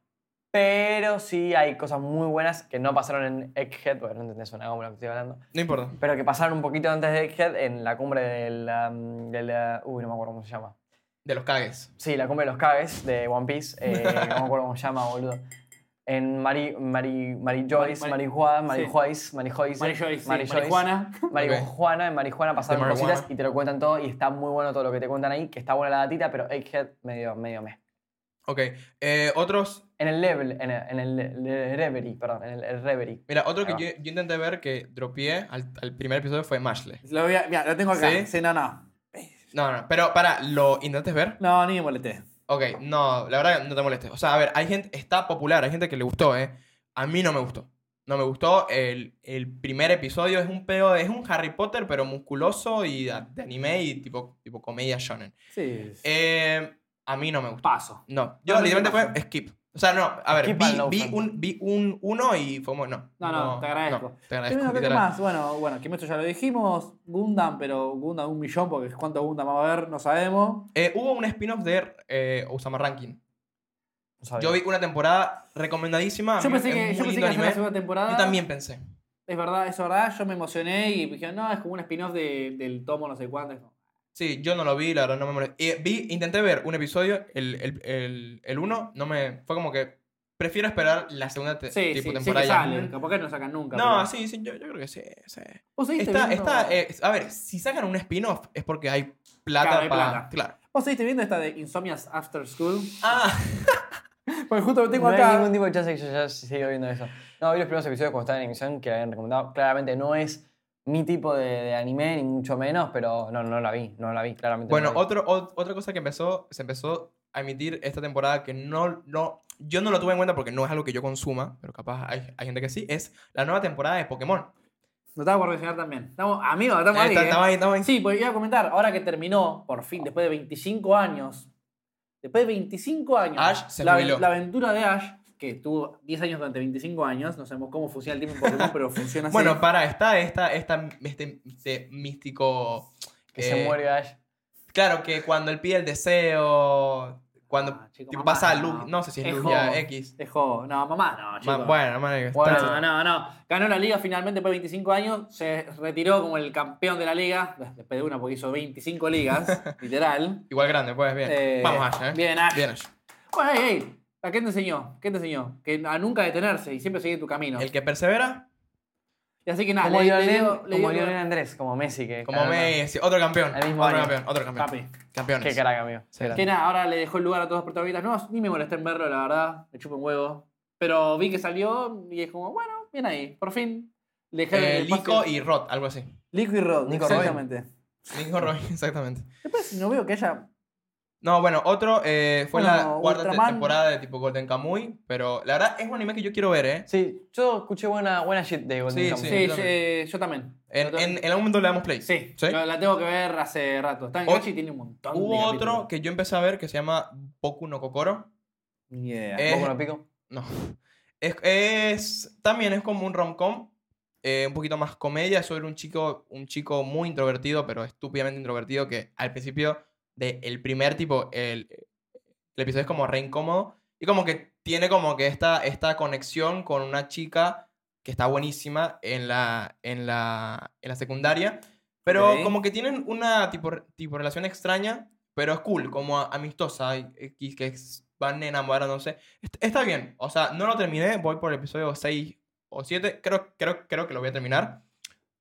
Pero sí hay cosas muy buenas que no pasaron en Egghead, porque no entendés una goma lo que estoy hablando.
no importa.
Pero que pasaron un poquito antes de Egghead en la cumbre del. um, del, uh, uy, no me acuerdo cómo se llama.
De los cagues.
Sí, la cumbre de los cagues de One Piece. eh, no me acuerdo cómo se llama, boludo. En Mari, Mari, Mari Joyce,
Mari-
Mari, Juan, Mari
sí.
Joyce, Mari Joyce,
Mari Joyce, sí,
Mari Joyce,
marihuana.
Mari
Ok.
Juana, en Marijuana pasaron
De marihuana.
cositas y te lo cuentan todo y está muy bueno todo lo que te cuentan ahí, que está buena la datita, pero Egghead medio, medio mes.
Ok. eh, otros
En el level, en el, en el, le- Reverie, perdón, en el, el Reverie.
Mira, otro que
Ahí
yo, yo intenté ver que dropié al, al primer episodio fue Mashle.
Lo, voy a- mira, lo tengo acá.
¿Sí?
¿Sí? no, no.
No, no, pero para, ¿lo intentes ver?
No, ni me molesté.
Ok, no, la verdad que no te molestes. O sea, a ver, hay gente, está popular, hay gente que le gustó, ¿eh? A mí no me gustó. No me gustó. El, el primer episodio es un pedo, es un Harry Potter, pero musculoso y de, de anime y tipo, tipo comedia shonen.
Sí.
Eh, a mí no me gustó.
Paso.
No,
No,
yo
no,
literalmente
¿qué pasa?
fue skip. O sea, no, a ver,
Skip
vi,
and no
vi
fan.
un, vi un uno y fue como, no.
No, no, te agradezco.
te agradezco.
Primero, ¿qué
literal.
más? Bueno, bueno, Kimetsu ya lo dijimos. Gundam, pero Gundam un millón, porque cuánto Gundam va a haber, no sabemos.
Eh, hubo un spin-off de eh, Osama Rankin.
No sabía.
Yo vi una temporada recomendadísima.
Yo pensé
Ah, es
que,
muy
yo pensé
lindo
que iba a ser la
anime.
segunda temporada.
Yo también pensé.
Es verdad, es verdad. Yo me emocioné y dije, no, es como un spin-off de- del tomo no sé cuánto. No.
Sí, yo no lo vi, la verdad no me molesté. Eh, vi, intenté ver un episodio, el, el, el, el uno, no me. Fue como que. Prefiero esperar la segunda te-
Sí,
tipo
sí, sí
temporada.
que
ya.
sale. Capaz que no sacan nunca.
No,
pero-
sí, sí, yo, yo creo que sí. sí.
¿Vos seguiste
Está,
viendo-
está, eh, a ver, si sacan un spin-off es porque hay plata
Claro, hay
para.
plata.
Claro.
¿Vos seguiste viendo esta de Insomnias After School?
Ah,
Porque justo lo tengo
no
acá.
hay ningún tipo de chance que yo ya siga viendo eso. No, vi los primeros episodios cuando estaba en emisión que la habían recomendado. Claramente no es mi tipo de, de anime, ni mucho menos, pero no, no la vi, no la vi, claramente.
bueno,
no la vi.
otro, o- otra cosa que empezó, se empezó a emitir esta temporada que no, no. Yo no lo tuve en cuenta porque no es algo que yo consuma, pero capaz hay, hay gente que sí, es la nueva temporada de Pokémon.
Lo estaba por mencionar también. Estamos, amigos, estamos
Eh,
ahí.
está-
eh.
estaba ahí, estaba ahí.
Sí, porque iba a comentar, ahora que terminó, por fin, después de 25 años, después de 25 años,
Ash se
la,
jubiló.
la aventura de Ash, que tuvo 10 años durante 25 años, no sabemos cómo funciona el tiempo en Pokémon, pero funciona así.
Bueno, para, está esta, esta, este, este místico.
Que
eh,
se muere Ash.
Claro, que cuando él pide el deseo, cuando
Ah, chico,
tipo,
mamá,
pasa a
no.
Luke, no sé si es
Es
Luke ya,
joven.
X.
Dejó. No, mamá, no,
Ma-
chicos.
bueno, marico,
Bueno,
está-
No, no, no. Ganó la liga finalmente por 25 años. Se retiró como el campeón de la liga. Después de una porque hizo 25 ligas, literal.
igual grande, pues bien.
Eh,
Vamos allá, ¿eh?
Bien, Ash.
Bien, Ash.
Bueno, hey, hey. ¿A qué te enseñó? ¿Qué te enseñó? Que a nunca detenerse y siempre seguir tu camino.
El que persevera,
Y así que nada,
Como
le- le
Lionel,
digo- le
como
digo-
Lionel Andrés, como Messi. Que,
como
caramba,
Messi, otro campeón.
Al mismo
Otro
año.
campeón, otro campeón.
Papi.
Campeones.
Qué caraca, amigo.
Sí.
Que nada, ahora le dejó el lugar a todos los protagonistas nuevos. Ni me molesté en verlo, la verdad. Me chupo un huevo. Pero vi que salió y es como, bueno, bien ahí. Por fin. Le dejaron
Eh,
el espacio-
Lico y Rod, algo así.
Lico y Rod.
Nico
Rod.
exactamente.
Lico Roy, exactamente.
Después no veo que haya.
No, bueno, otro eh, fue la
Bueno,
cuarta te-
Ultraman.
temporada de tipo Golden Kamuy, pero la verdad es un anime que yo quiero ver, ¿eh?
Sí, yo escuché buena, buena shit de Golden
Sí,
Kamuy.
Sí,
sí.
yo, eh, yo también. Yo
En,
también.
en, en algún momento le damos play.
Sí,
¿Sí?
yo la tengo que ver hace rato. Está en
O-
Crunchy y tiene un montón de
Hubo
capítulos.
otro que yo empecé a ver que se llama Boku no Kokoro.
Ni idea.
Eh,
¿Poco no pico?
No. Es, es- también es como un rom-com, eh, un poquito más comedia, sobre un chico, un chico muy introvertido, pero estúpidamente introvertido, que al principio del primer tipo, el, el episodio es como re incómodo, y como que tiene como que esta, esta conexión con una chica que está buenísima en la, en la, en la secundaria, pero
Ok.
como que tienen una tipo, tipo relación extraña, pero es cool, como a- amistosa, y, y que es- van enamorándose. Est- Está bien, o sea, no lo terminé, voy por el episodio 6 o 7, creo, creo, creo que lo voy a terminar.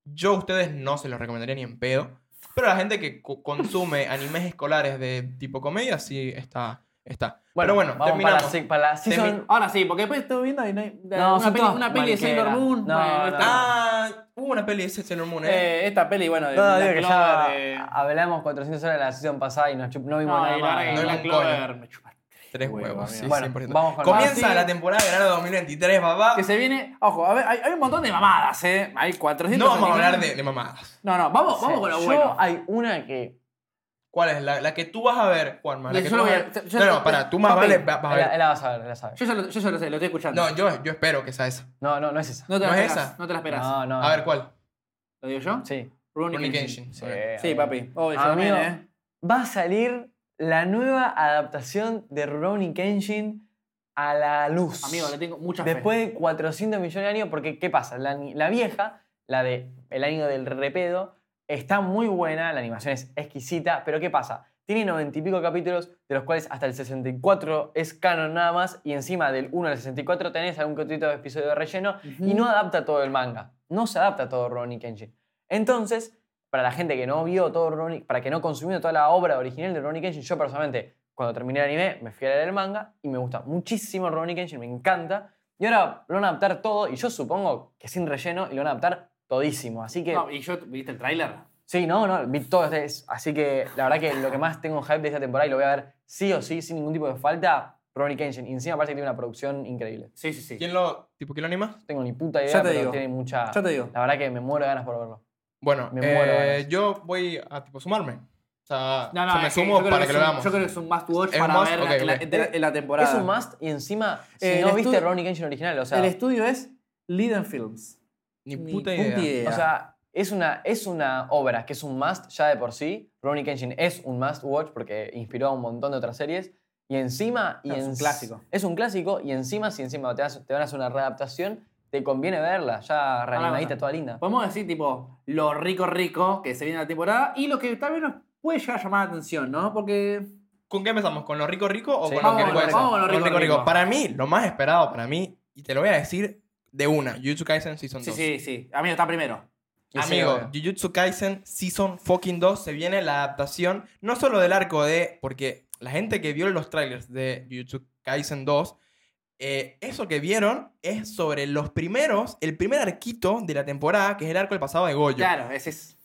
Yo a ustedes no se los recomendaría ni en pedo, pero a la gente que co- consume animes escolares de tipo comedia sí está. está. pero bueno,
vamos
terminamos.
para la, se- para la season.
Ahora sí, porque después estuve viendo y no hay.
No,
una,
son
peli,
todas
una peli de Sailor
mariqueras.
Moon.
No,
bueno,
no.
esta,
Ah, hubo una peli de Sailor Moon, ¿eh?
eh, esta peli, bueno, de.
No, no,
Black
digo que ya ah,
Clover, eh,
hablamos 400 horas de la season pasada y nos chup- no vimos
No,
nada
y la verdad que
más.
no
Black
hay un coño.
Clover me chupa.
Tres
huevo,
huevos,
amigo.
sí,
Bueno,
100%.
vamos con-
Comienza
Así-
la temporada de verano 2023, papá.
Que se viene. Ojo, a ver, hay, hay un montón de mamadas, ¿eh? Hay 400.
No vamos a hablar de, de mamadas.
No, no, vamos, vamos con lo
Yo
bueno.
hay una que.
¿Cuál es? La, la que tú vas a ver, Juanma. La
Yo
que
solo
tú vas
voy a-
ver.
yo-
no,
yo-
no, para, tú más
papi,
vale vas a
Él,
ver.
él la va a saber, él la sabe.
Yo ya lo, yo ya lo sé, lo estoy escuchando.
No, yo, yo espero que sea esa.
No, no, no es esa.
No te
no
la
es
esperás,
esa.
no te la esperás.
No, no.
A ver, ¿cuál?
¿Lo digo yo?
Sí.
Rurouni
Rurouni
Kenshin.
Kenshin.
Sí,
Ok.
Sí,
amigo.
papi. Obvio, yo
Amigo,
también, ¿eh?
va a salir la nueva adaptación de Rurouni Kenshin a la luz.
Amigo, le tengo mucha fe.
Después de 400 millones de años, porque ¿qué pasa? La, ni- la vieja, la de El año del repedo, está muy buena, la animación es exquisita, pero ¿qué pasa? Tiene 90 y pico capítulos, de los cuales hasta el 64 es canon nada más, y encima del 1 al 64 tenés algún que otro episodio de relleno, y no adapta todo el manga. No se adapta todo Ronnie Kenshin. Entonces, para la gente que no vio todo Ronnie, para que no consumió toda la obra original de Ronnie Kenshin, yo personalmente, cuando terminé el anime, me fui a leer el manga y me gusta muchísimo Ronnie Kenshin, me encanta. Y ahora lo van a adaptar todo, y yo supongo que sin relleno, y lo van a adaptar todísimo. Así que,
No, y yo, ¿viste el tráiler?
sí, no, no, vi todo. este- es- Así que, la verdad que lo que más tengo hype de esta temporada, y lo voy a ver sí o sí, sin ningún tipo de falta, Ronnie Kenshin. Y encima parece que tiene una producción increíble.
Sí, sí, sí.
¿Quién lo, tipo, ¿quién lo anima?
No tengo ni puta idea,
Ya te
pero
digo.
tiene mucha...
Yo te digo.
La verdad que me muero de ganas por verlo.
Bueno,
Me muero,
eh,
ganas.
yo voy a tipo sumarme. O sea,
No, no,
se me
es que
sumo
yo creo
para que, lo
es un-
veamos.
Yo creo que es un must watch
¿Es
para
must?
ver
Ok,
la- en la,
ok.
en la- en la temporada.
Es un must y encima, si
Eh,
no
el
viste
estu-
Ronnie Kenshin original, o sea,
el estudio es Liden Films.
Ni puta idea.
o sea es, una, es una obra que es un must ya de por sí. Ronnie Kenshin es un must watch porque inspiró a un montón de otras series. Y encima... Y
Es un
ens-
clásico.
Es un clásico y encima, si encima te, hace- te van a hacer una readaptación, te conviene verla,
Ah,
ya reanimadita,
bueno.
toda linda.
Podemos decir, tipo, lo rico, rico que se viene en la temporada y lo que tal vez nos puede llegar a llamar la atención, ¿no? Porque.
¿Con qué empezamos? ¿Con lo rico rico o
Sí.
con
Vamos
lo que
con lo
puede
rico,
ser?
vamos con lo rico, rico.
Para mí, lo más esperado para mí, y te lo voy a decir de una, Jujutsu Kaisen Season
Sí,
2.
sí, sí. Amigo, está primero.
Y sí,
Amigo,
obvio.
Jujutsu Kaisen Season fucking 2 se viene la adaptación, no solo del arco de, porque la gente que vio los trailers de Jujutsu Kaisen 2, eh, eso que vieron es sobre los primeros, el primer arquito de la temporada, que es el arco del pasado de Goyo.
Claro, ese es.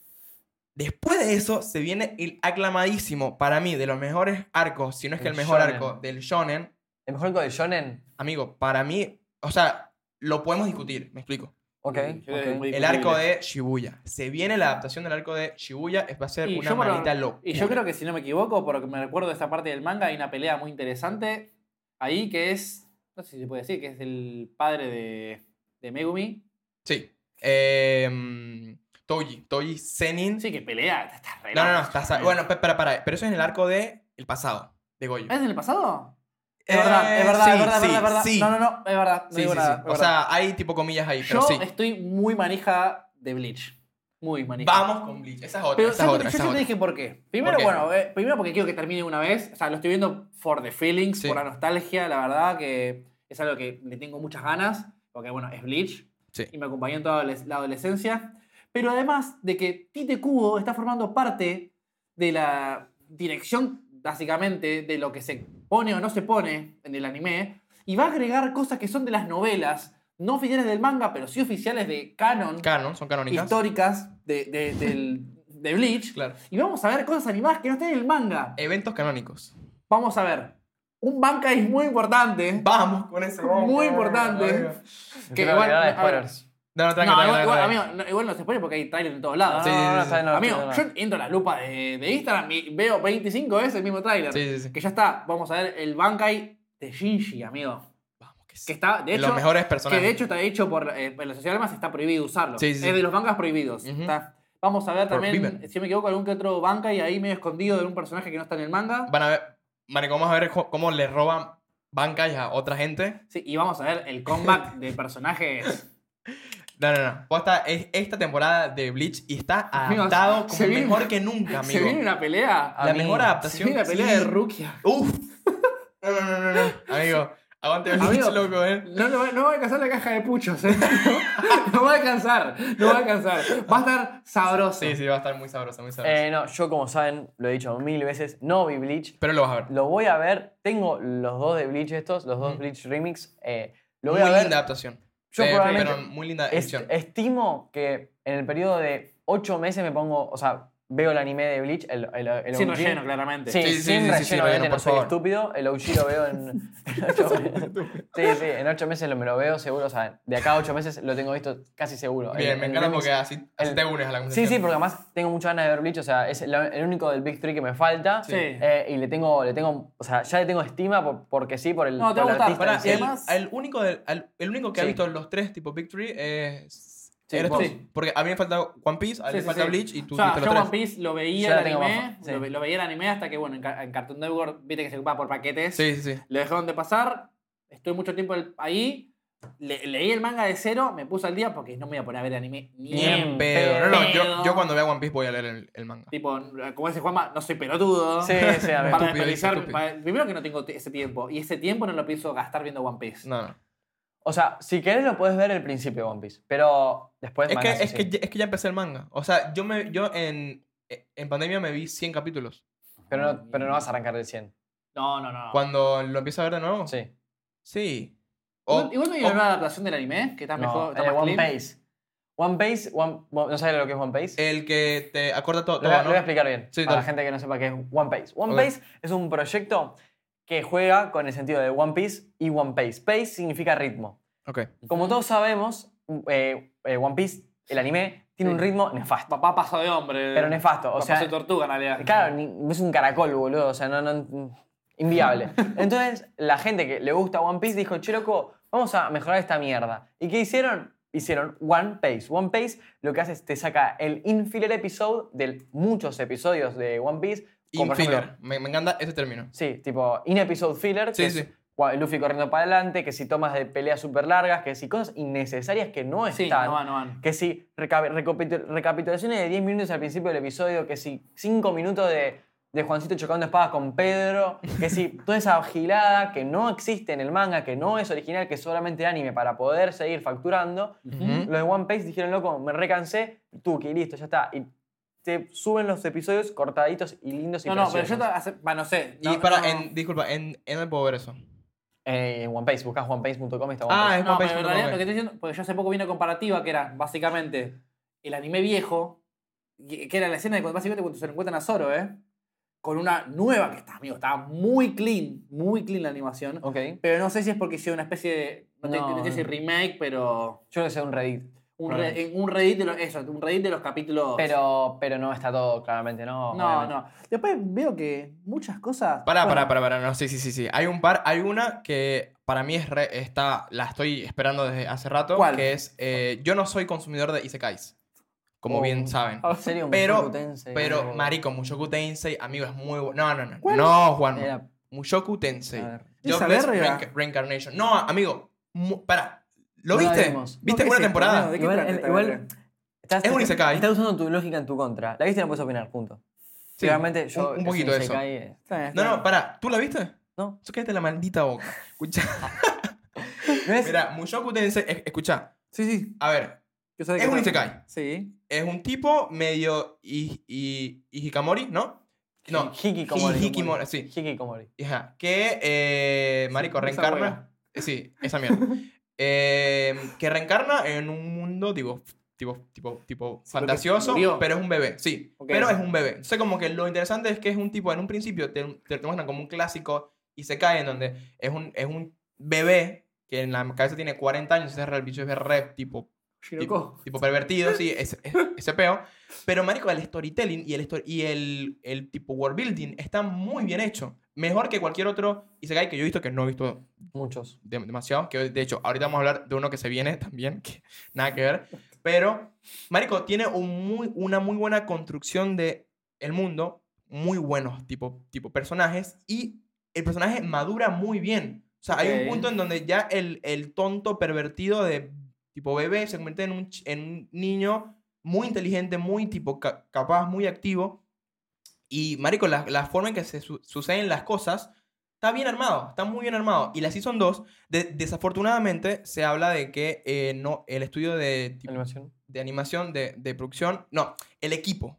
Después de eso se viene el aclamadísimo, para mí, de los mejores arcos, si no es que el,
El
mejor
shonen.
arco del shonen,
El mejor de Shonen,
Amigo, para mí, o sea, lo podemos discutir, me explico.
Yo
ok.
creo que es
ok.
muy
El
discutible.
arco de Shibuya. Se viene la adaptación del arco de Shibuya, es- va a ser
Y
una
yo por lo-
maldita locura.
Y yo creo que si no me equivoco, por lo que me recuerdo de esta parte del manga, hay una pelea muy interesante ahí que es, no sé si se puede decir, que es el padre de, de Megumi.
Sí. Eh, mm, Toji. Toji Zenin.
Sí, que pelea. Está, está re
no, no, no.
loco.
Está, sa- bueno, pe- para, para. Pero eso es en el arco de el pasado, de Goyo.
¿Es del pasado?
Eh,
Es verdad, es verdad,
sí,
es verdad,
sí,
es verdad.
sí.
No, no, no, es verdad. No
Sí, sí,
digo
sí.
nada, es
O
verdad.
sea, hay tipo comillas ahí,
yo
pero sí.
estoy muy manija de Bleach. Muy manija.
Vamos con Bleach. Esa es otra,
Pero
esa es
¿sabes?
otra,
yo
esa
ya
es
te
otra.
dije por qué. Primero,
¿Por qué?
bueno, eh, primero porque quiero que termine una vez. O sea, lo estoy viendo for the feelings,
Sí.
por la nostalgia, la verdad, que es algo que le tengo muchas ganas, porque bueno, es Bleach.
Sí.
Y me acompañó en toda adoles- la adolescencia. Pero además de que Tite Kubo está formando parte de la dirección, básicamente, de lo que se pone o no se pone en el anime, y va a agregar cosas que son de las novelas, no oficiales del manga, pero sí oficiales de canon
Canon, son canónicas.
históricas de, de- del- de Bleach.
Claro.
Y vamos a ver cosas animadas que no están en el manga.
Eventos canónicos.
Vamos a ver. Un banca es muy importante.
Vamos con eso. vamos,
Muy
vamos,
importante.
vamos, vamos.
que
Creo
igual-
era
a
de
ver.
spoilers.
No, no, tranqui,
No,
tranqui,
igual, igual,
tranqui.
amigo, no, igual no se puede porque hay trailers en todos lados.
Sí, sí, sí,
no, no,
sí.
no, no,
Ah, amigo,
no, no.
yo entro a la lupa de, de Instagram y veo 25 veces el mismo trailer.
Sí, sí, sí.
Que ya está. Vamos a ver el Bankai de Shinji, amigo.
Vamos, que
Que
sí.
está, de
De
hecho,
los mejores
Que
personajes.
de hecho está hecho por. eh, en la sociedad de armas está prohibido usarlo.
Sí, sí, sí.
Es de los bancas prohibidos.
Ujú.
Está- Vamos a ver también,
Prohíben.
si no me equivoco, algún que otro banca y ahí medio escondido de un personaje que no está en el manga.
Van a ver. Marico, vamos a ver jo- cómo le roban bancas a otra gente.
Sí, y vamos a ver el comeback de personajes.
No, no, no. Posta, es esta temporada de Bleach y está
Amigo,
adaptado
se
como
viene-
mejor que nunca,
Se viene
amigo.
una pelea.
La
A mí-
mejor
Se
adaptación.
viene una pelea
sí.
de Rukia.
Uf. No, no, no, no, no. Amigo, aguante Bleach,
Amigo.
loco, eh.
No, no, va- no va a alcanzar la caja de puchos, ¿eh? No, no va a alcanzar. No va a alcanzar. Va a estar sabroso.
Sí, sí, va a estar muy sabroso, muy sabroso.
Eh, no, yo como saben, lo he dicho mil veces, no vi Bleach.
Pero lo vas a ver.
Lo voy a ver, tengo los dos de Bleach estos, los dos Bleach Remix. eh, lo voy
muy
a ver.
linda adaptación.
Yo
Eh,
probablemente-
Pero muy linda
Est-
edición.
estimo que en el periodo de 8 meses me pongo, o sea, veo el anime de Bleach, el, el, el
Sin
OG.
relleno, claramente.
Sí,
Sí, sí, sí,
sin
sí,
relleno,
sí, relleno,
obviamente no
por
soy
favor.
estúpido. El OG lo veo en. en ocho meses. sí, sí, en 8 meses lo- me lo veo seguro, o sea, de acá a 8 meses lo tengo visto casi seguro.
Bien,
El-
me
el
encanta
remix-
porque así, así
el-
te unes a la
Sí,
conversación.
sí, porque además tengo muchas ganas de ver Bleach, o sea, es la- el único del Big Three que me falta.
Sí.
Eh, y le tengo, le tengo, o sea, ya le tengo estima por- porque sí, por el.
No, te
por
va a
el
gustar,
artista
pará,
en sí.
y
el,
además-
el único, del- al- el único que ha
Sí.
visto los tres tipo Big Three es.
Sí,
eres
vos.
tú. Porque a mí me falta One Piece, a él
Sí,
le
sí,
falta
sí.
Bleach y tú
o sea,
viste
yo
los tres.
One Piece lo
Ya
veía
la
el
tengo
anime,
baja, sí.
lo, ve- lo veía el anime hasta que, bueno, en, Ca- en Cartoon Network, viste que se ocupaba por paquetes.
Sí, sí, sí.
Lo dejaron de pasar, estuve mucho tiempo el- ahí, le- leí el manga de cero, me puse al día porque no me voy a poner a ver anime ni
Ni en
en-
Pero, no, no, yo,
pedo.
yo cuando vea One Piece voy a leer el, el manga.
Tipo, como dice Juanma, no soy pelotudo.
Sí, sí, a ver.
Para
Estúpido, dice,
desperdiciar-
estúpido.
para- primero que no tengo t- ese tiempo, y ese tiempo no lo pienso gastar viendo One Piece.
No, no.
O sea, si querés lo puedes ver el principio de One Piece, pero después
Es que,
mangas,
es,
sí.
que, ya- es que ya empecé el manga. O sea, yo, me, yo en, en pandemia me vi 100 capítulos.
Pero no, pero no vas a arrancar del 100.
No, no, no.
Cuando lo empiezo a ver de nuevo. Sí.
Sí.
O-
Igual- Igual no hay
o-
una nueva adaptación del anime, que está
Oh. No,
mejor, está
eh,
más
One
clean.
Piece. One Piece, One- One- ¿no sabes lo que es One Piece?
el que te acorta todo.
lo, voy a,
todo,
lo
Eh,
voy a
¿no?
explicar bien,
Sí,
para la
dale.
gente que no sepa qué es One Piece. One
Ok.
Piece es un proyecto que juega con el sentido de One Piece y One Piece. Pace significa ritmo.
Ok.
Como todos sabemos, eh, eh, One Piece, el anime, tiene
Sí. Eh,
un ritmo nefasto.
Papá pasó de hombre.
Pero nefasto, o
Papá
sea...
soy tortuga, en realidad.
Claro, ni- es un caracol, boludo. O sea, no, no. Inviable. Entonces, la gente que le gusta One Piece dijo, che, loco, vamos a mejorar esta mierda. ¿Y qué hicieron? Hicieron One Piece. One Piece lo que hace es te saca el infiller episode de muchos episodios de One Piece. como por ejemplo-
Infiller. Me, me encanta ese término.
Sí, tipo in episode filler,
Sí,
que
sí.
es gua- Luffy corriendo para adelante, que si tomas de peleas súper largas, que si cosas innecesarias que no
Sí,
están.
no van, no van.
Que si reca- recapitu- recapitulaciones de 10 minutos al principio del episodio, que si 5 minutos de, de Juancito chocando espadas con Pedro, que si toda esa gilada que no existe en el manga, que no es original, que es solamente anime para poder seguir facturando,
Ujú.
los de One Piece dijeron, loco, me recansé, tú, que listo, ya está. Y te suben los episodios cortaditos y lindos y
No, no, pero yo
preciosos.
te hace- bueno, no sé.
y
no-
para,
no-
En, disculpa, en, en el puedo ver eso.
Eh, en One Piece, buscas onepiece.com y está One
Ah,
Piece.
es
No, pero
One Piece.
en realidad lo que estoy diciendo, porque yo hace poco vi una comparativa que era básicamente el anime viejo, que que era la escena de cuando básicamente cuando se lo encuentran a Zoro, ¿eh? Con una nueva que está, amigo, estaba muy clean, muy clean la animación.
Ok.
Pero no sé si es porque hicieron una especie de. No, te-
No,
no sé si
no.
remake, pero.
Yo le sé un Reddit.
Un,
Probablemente.
re- un Reddit de los. Eso, un Reddit de los capítulos.
Pero, pero no está todo, claramente, ¿no?
No,
Obviamente.
no. Después veo que muchas cosas.
Pará,
bueno,
pará, pará, pará. No, sí, sí, sí, sí. Hay un par, hay una que para mí es re- está, la estoy esperando desde hace rato.
¿Cuál?
Que es, eh, yo no soy consumidor de Isekais. como
Oh.
bien saben.
En serio,
Pero-
Mushoku Tensei,
Pero,
boludo.
marico, Mushoku Tensei, amigo, es muy bueno. No, no, no. No, Juan.
Era-
Mushoku
Eh, a
Tensei.
ver.
Esa
Jobless
verga.
Reinca- Reincarnation. No, amigo. mu- para. ¿Lo
No la
viste?
vimos.
¿Viste
No, ¿qué es
una
esto,
temporada?
amigo? ¿De qué
Igual,
trata
el-
esta
igual
verga?
estás,
Es un isekai.
Estás usando tu lógica en tu contra. La viste y no puedes opinar, punto.
Sí,
Seguramente yo.
un-
es
un poquito de eso.
isekai, eh.
Está bien,
No,
está
no, para. ¿Tú la viste?
No.
Tú cállate la maldita boca. Escucha.
No es.
Mira, Mushoku Tensei. es- Escucha.
Sí, sí.
A ver.
yo sé de
Es
qué
un
trata.
isekai.
Sí.
Es un tipo medio. Y, y, hikikamori, ¿no? No.
Hikikomori.
Hikikomori, sí.
Hikikomori.
Ajá, que, eh, marico,
esa
reencarna. Eh, Sí, esa mierda. Eh, que reencarna en un mundo tipo, tipo, tipo, tipo
Sí, porque
fantasioso,
murió.
pero es un bebé, sí.
Ok.
Pero es un bebé. Entonces, como que lo interesante es que es un tipo, en un principio te, te lo muestran como un clásico y se cae en donde es un, es un bebé que en la cabeza tiene 40 años, ese el bicho es re, tipo,
Shiroko.
tipo, tipo pervertido, sí, ese, ese peo. Pero, marico, el storytelling y el, histo- y el, el tipo world building está muy bien hecho. Mejor que cualquier otro Isekai que yo he visto, que no he visto
Muchos.
de- demasiado. Que de hecho, ahorita vamos a hablar de uno que se viene también, que nada que ver. Pero, marico, tiene un muy, una muy buena construcción de el mundo. Muy buenos tipo, tipo personajes. Y el personaje madura muy bien. O sea, hay
Ok.
un punto en donde ya el, el tonto pervertido de tipo bebé se convierte en un, ch- en un niño muy inteligente, muy tipo ca- capaz, muy activo. Y, marico, la, la forma en que se su- suceden las cosas está bien armado, está muy bien armado. Y la Season 2, de- desafortunadamente, se habla de que eh, no, el estudio de, tipo-
Animación.
de animación, de, de producción, no, el equipo,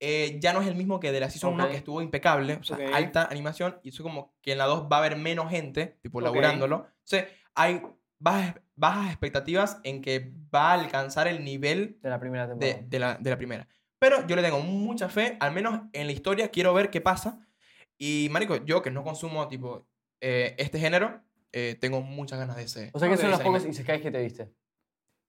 eh, ya no es el mismo que de la Season 1,
Ok.
que estuvo impecable, o sea,
Ok.
alta animación, y eso como que en la 2 va a haber menos gente, tipo,
Ok.
laburándolo. Entonces, hay bajas, bajas expectativas en que va a alcanzar el nivel
De la primera temporada.
de, de la, de la primera. Pero yo le tengo mucha fe, al menos en la historia, quiero ver qué pasa. Y, marico, yo que no consumo, tipo, eh, este género, eh, tengo muchas ganas de ese.
O sea que
de
son los
ese
pocos
anime.
isekais que te viste.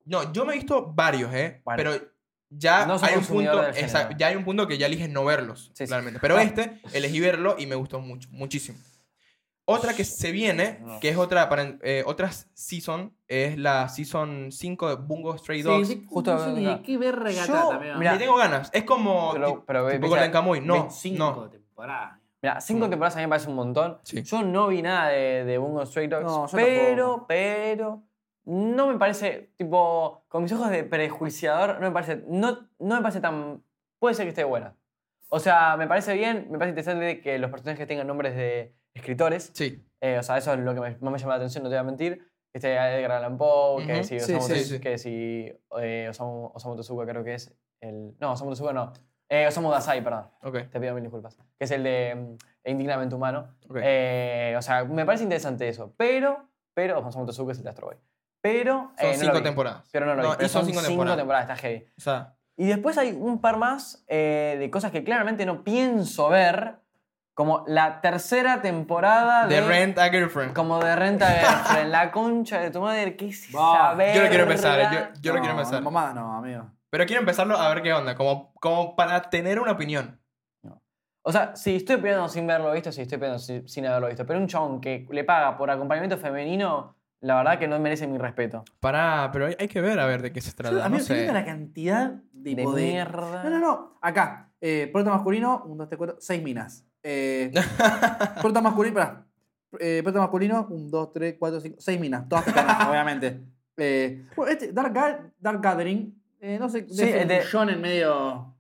No, yo me he visto varios, ¿eh?
Bueno.
Pero ya
No soy
hay un
consumidor
punto,
del género.
exacto, ya hay un punto que ya eliges no verlos,
Sí, Ah. sí.
claramente. Pero este, elegí verlo y me gustó mucho, muchísimo. Otra que se viene,
No.
que es otra, para, eh, otra season, es la season 5 de Bungo Stray
Sí,
Dogs.
sí,
Justo
no sé ni
acá.
de qué verga
Yo-
trata, amigo.
Mirá,
Le tengo ganas. Es como
Pero,
ti-
pero ve-
tipo
viste-
Golden Kamuy. No,
Cinco
no.
temporadas.
Mira, cinco
Mm.
temporadas a mí me parece un montón.
Sí.
Yo no vi nada de, de Bungo Stray Dogs,
No, yo
pero,
tampoco.
pero, no me parece, tipo, con mis ojos de prejuiciador, no me parece, no, no me parece tan, puede ser que esté buena. O sea, me parece bien, me parece interesante que los personajes tengan nombres de escritores.
Sí.
Eh, o sea, eso es lo que me- más me llama la atención, no te voy a mentir. Que esté Edgar Allan Poe, que
Ujú.
si
Sí,
Osamu,
sí,
Tezuka-
sí.
que si, eh, Osamu, Osamu Tezuka creo que es el... No, Osamu Tezuka no. Eh, Osamu Dazai, perdón.
Ok.
Te pido mil disculpas. Que es el de mm, Indignamente Humano.
ok.
Eh, o sea, me parece interesante eso. Pero, pero, Osamu Tezuka es el de Astro Boy. Pero...
son
eh, no lo
cinco
vi.
temporadas.
Pero no lo vi.
No,
Pero
y son cinco temporadas.
está heavy.
O sea,
Y después hay un par más eh, de cosas que claramente no pienso ver, como la tercera temporada de,
The Rent a Girlfriend.
como de Renta Girlfriend, la concha de tu madre, ¿qué es esa
Va,
verga?
Yo lo quiero empezar. eh, Yo, yo lo
No,
quiero empezar.
no, Mamá, no, amigo.
Pero quiero empezarlo a ver qué onda. Como, como para tener una opinión.
O sea, si estoy peleando sin verlo visto, si estoy peleando sin, sin haberlo visto, pero un chabón que le paga por acompañamiento femenino, la verdad que no merece mi respeto.
Pará, pero hay, hay que ver a ver de qué se trata.
amigo,
No
¿te fijas la
sé.
cantidad de,
De
poder?
mierda.
No, no, no. Acá. Eh, prota masculino, 1, 2, 3, 4, 6 minas. Eh, prota masculino, pará. Eh, prota masculino, 1, 2, 3, 4, 5, 6 minas. Todas pecanas, obviamente. Eh, bueno, este, Dark, Ga- Dark Gathering, eh, no sé, de
Sí,
ese
el de-
fusión en medio.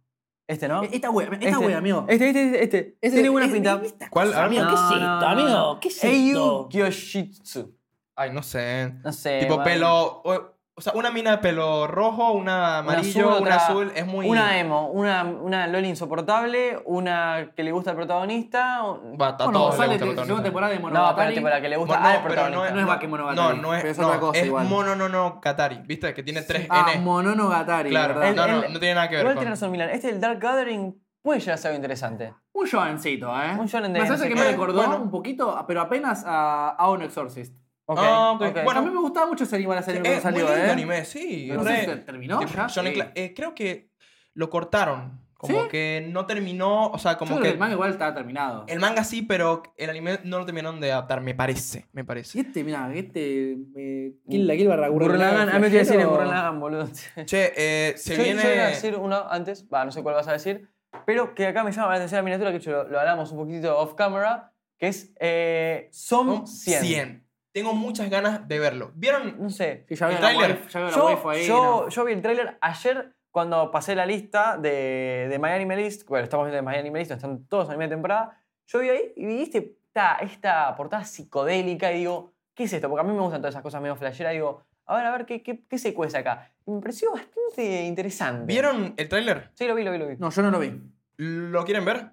Este, ¿no?
Eh, Esta wea, esta
Este-
wea, amigo.
Este, este, este. este.
Este-
Tiene buena
este-
pinta.
esta
¿Cuál?
cosa,
A ver.
Amigo, ¿qué es
No,
esto,
no, no,
amigo?
no.
¿Qué es
Eiyu
esto?
Kyoshitsu.
Ay, no sé.
No sé.
tipo
man.
pelo. O, o sea, una mina de pelo rojo, una
Una
amarillo,
azul,
una
otra-
azul. Es muy.
Una emo, una, una Loli insoportable, una que le gusta al protagonista. un-
Va, a
Bueno,
todos les
sale
gusta el
la segunda
protagonista.
temporada de
No, pero
Monogatari.
tipo la que le gusta
Mo- no,
al
pero
protagonista.
No es Bakemonogatari,
No, no es.
pero es
no,
otra cosa
es
igual.
Mono, no, no, Katari. ¿Viste? Que tiene tres
Ah,
N.
Mononogatari,
Claro.
¿verdad?
El-
no, no,
el-
no tiene nada que ver
Igual
con.
tiene razón, Milan. Este del Dark Gathering puede llegar a ser algo interesante.
Un jovencito, ¿eh?
Un shonen de-
Me
no sé
parece que
qué.
me recordó
Bueno.
un poquito, pero apenas a, a un Exorcist.
Ah, ok.
ok.
Bueno,
Bueno.
a mí me gustaba mucho ese anime, la
Sí,
serie cuando
Es muy
salió,
lindo
¿eh?
anime, sí.
No
re-
sé si te- terminó
Tipo,
ya.
Johnny
Sí.
Cla- eh, creo que lo cortaron. Como
¿Sí?
que no terminó, o sea,
Yo
como
creo
que...
el manga igual está terminado.
El manga sí, pero el anime no lo terminaron de adaptar, me parece, me parece.
Y este, mira, este. me- ah, Kill la Kill barra
Gurren Lagann, a mí me te iba a decir en Gurren Lagann, boludo.
Che, eh, se
yo, yo
viene...
iba a decir uno antes, va, no sé cuál vas a decir, pero que acá me llama la atención la miniatura, que de hecho lo, lo hablamos un poquitito off camera, que es eh, Som
Son
100.
100. Tengo muchas ganas de verlo. ¿Vieron?
No sé.
Sí, ya veo
El
la
tráiler.
waifu- ya veo la waifu
Yo,
ahí.
yo-
no.
yo vi el tráiler ayer cuando pasé la lista de, de My Anime List, bueno, estamos viendo de My Anime List, donde están todos anime de temporada, yo vi ahí y vi este- esta, esta portada psicodélica y digo, ¿qué es esto? Porque a mí me gustan todas esas cosas medio flasheras, digo, a ver, a ver, ¿qué, qué, qué se cuece acá? Y me pareció bastante interesante.
¿Vieron el tráiler?
Sí, lo vi, lo vi, lo vi.
No, yo no lo vi.
¿Lo quieren ver?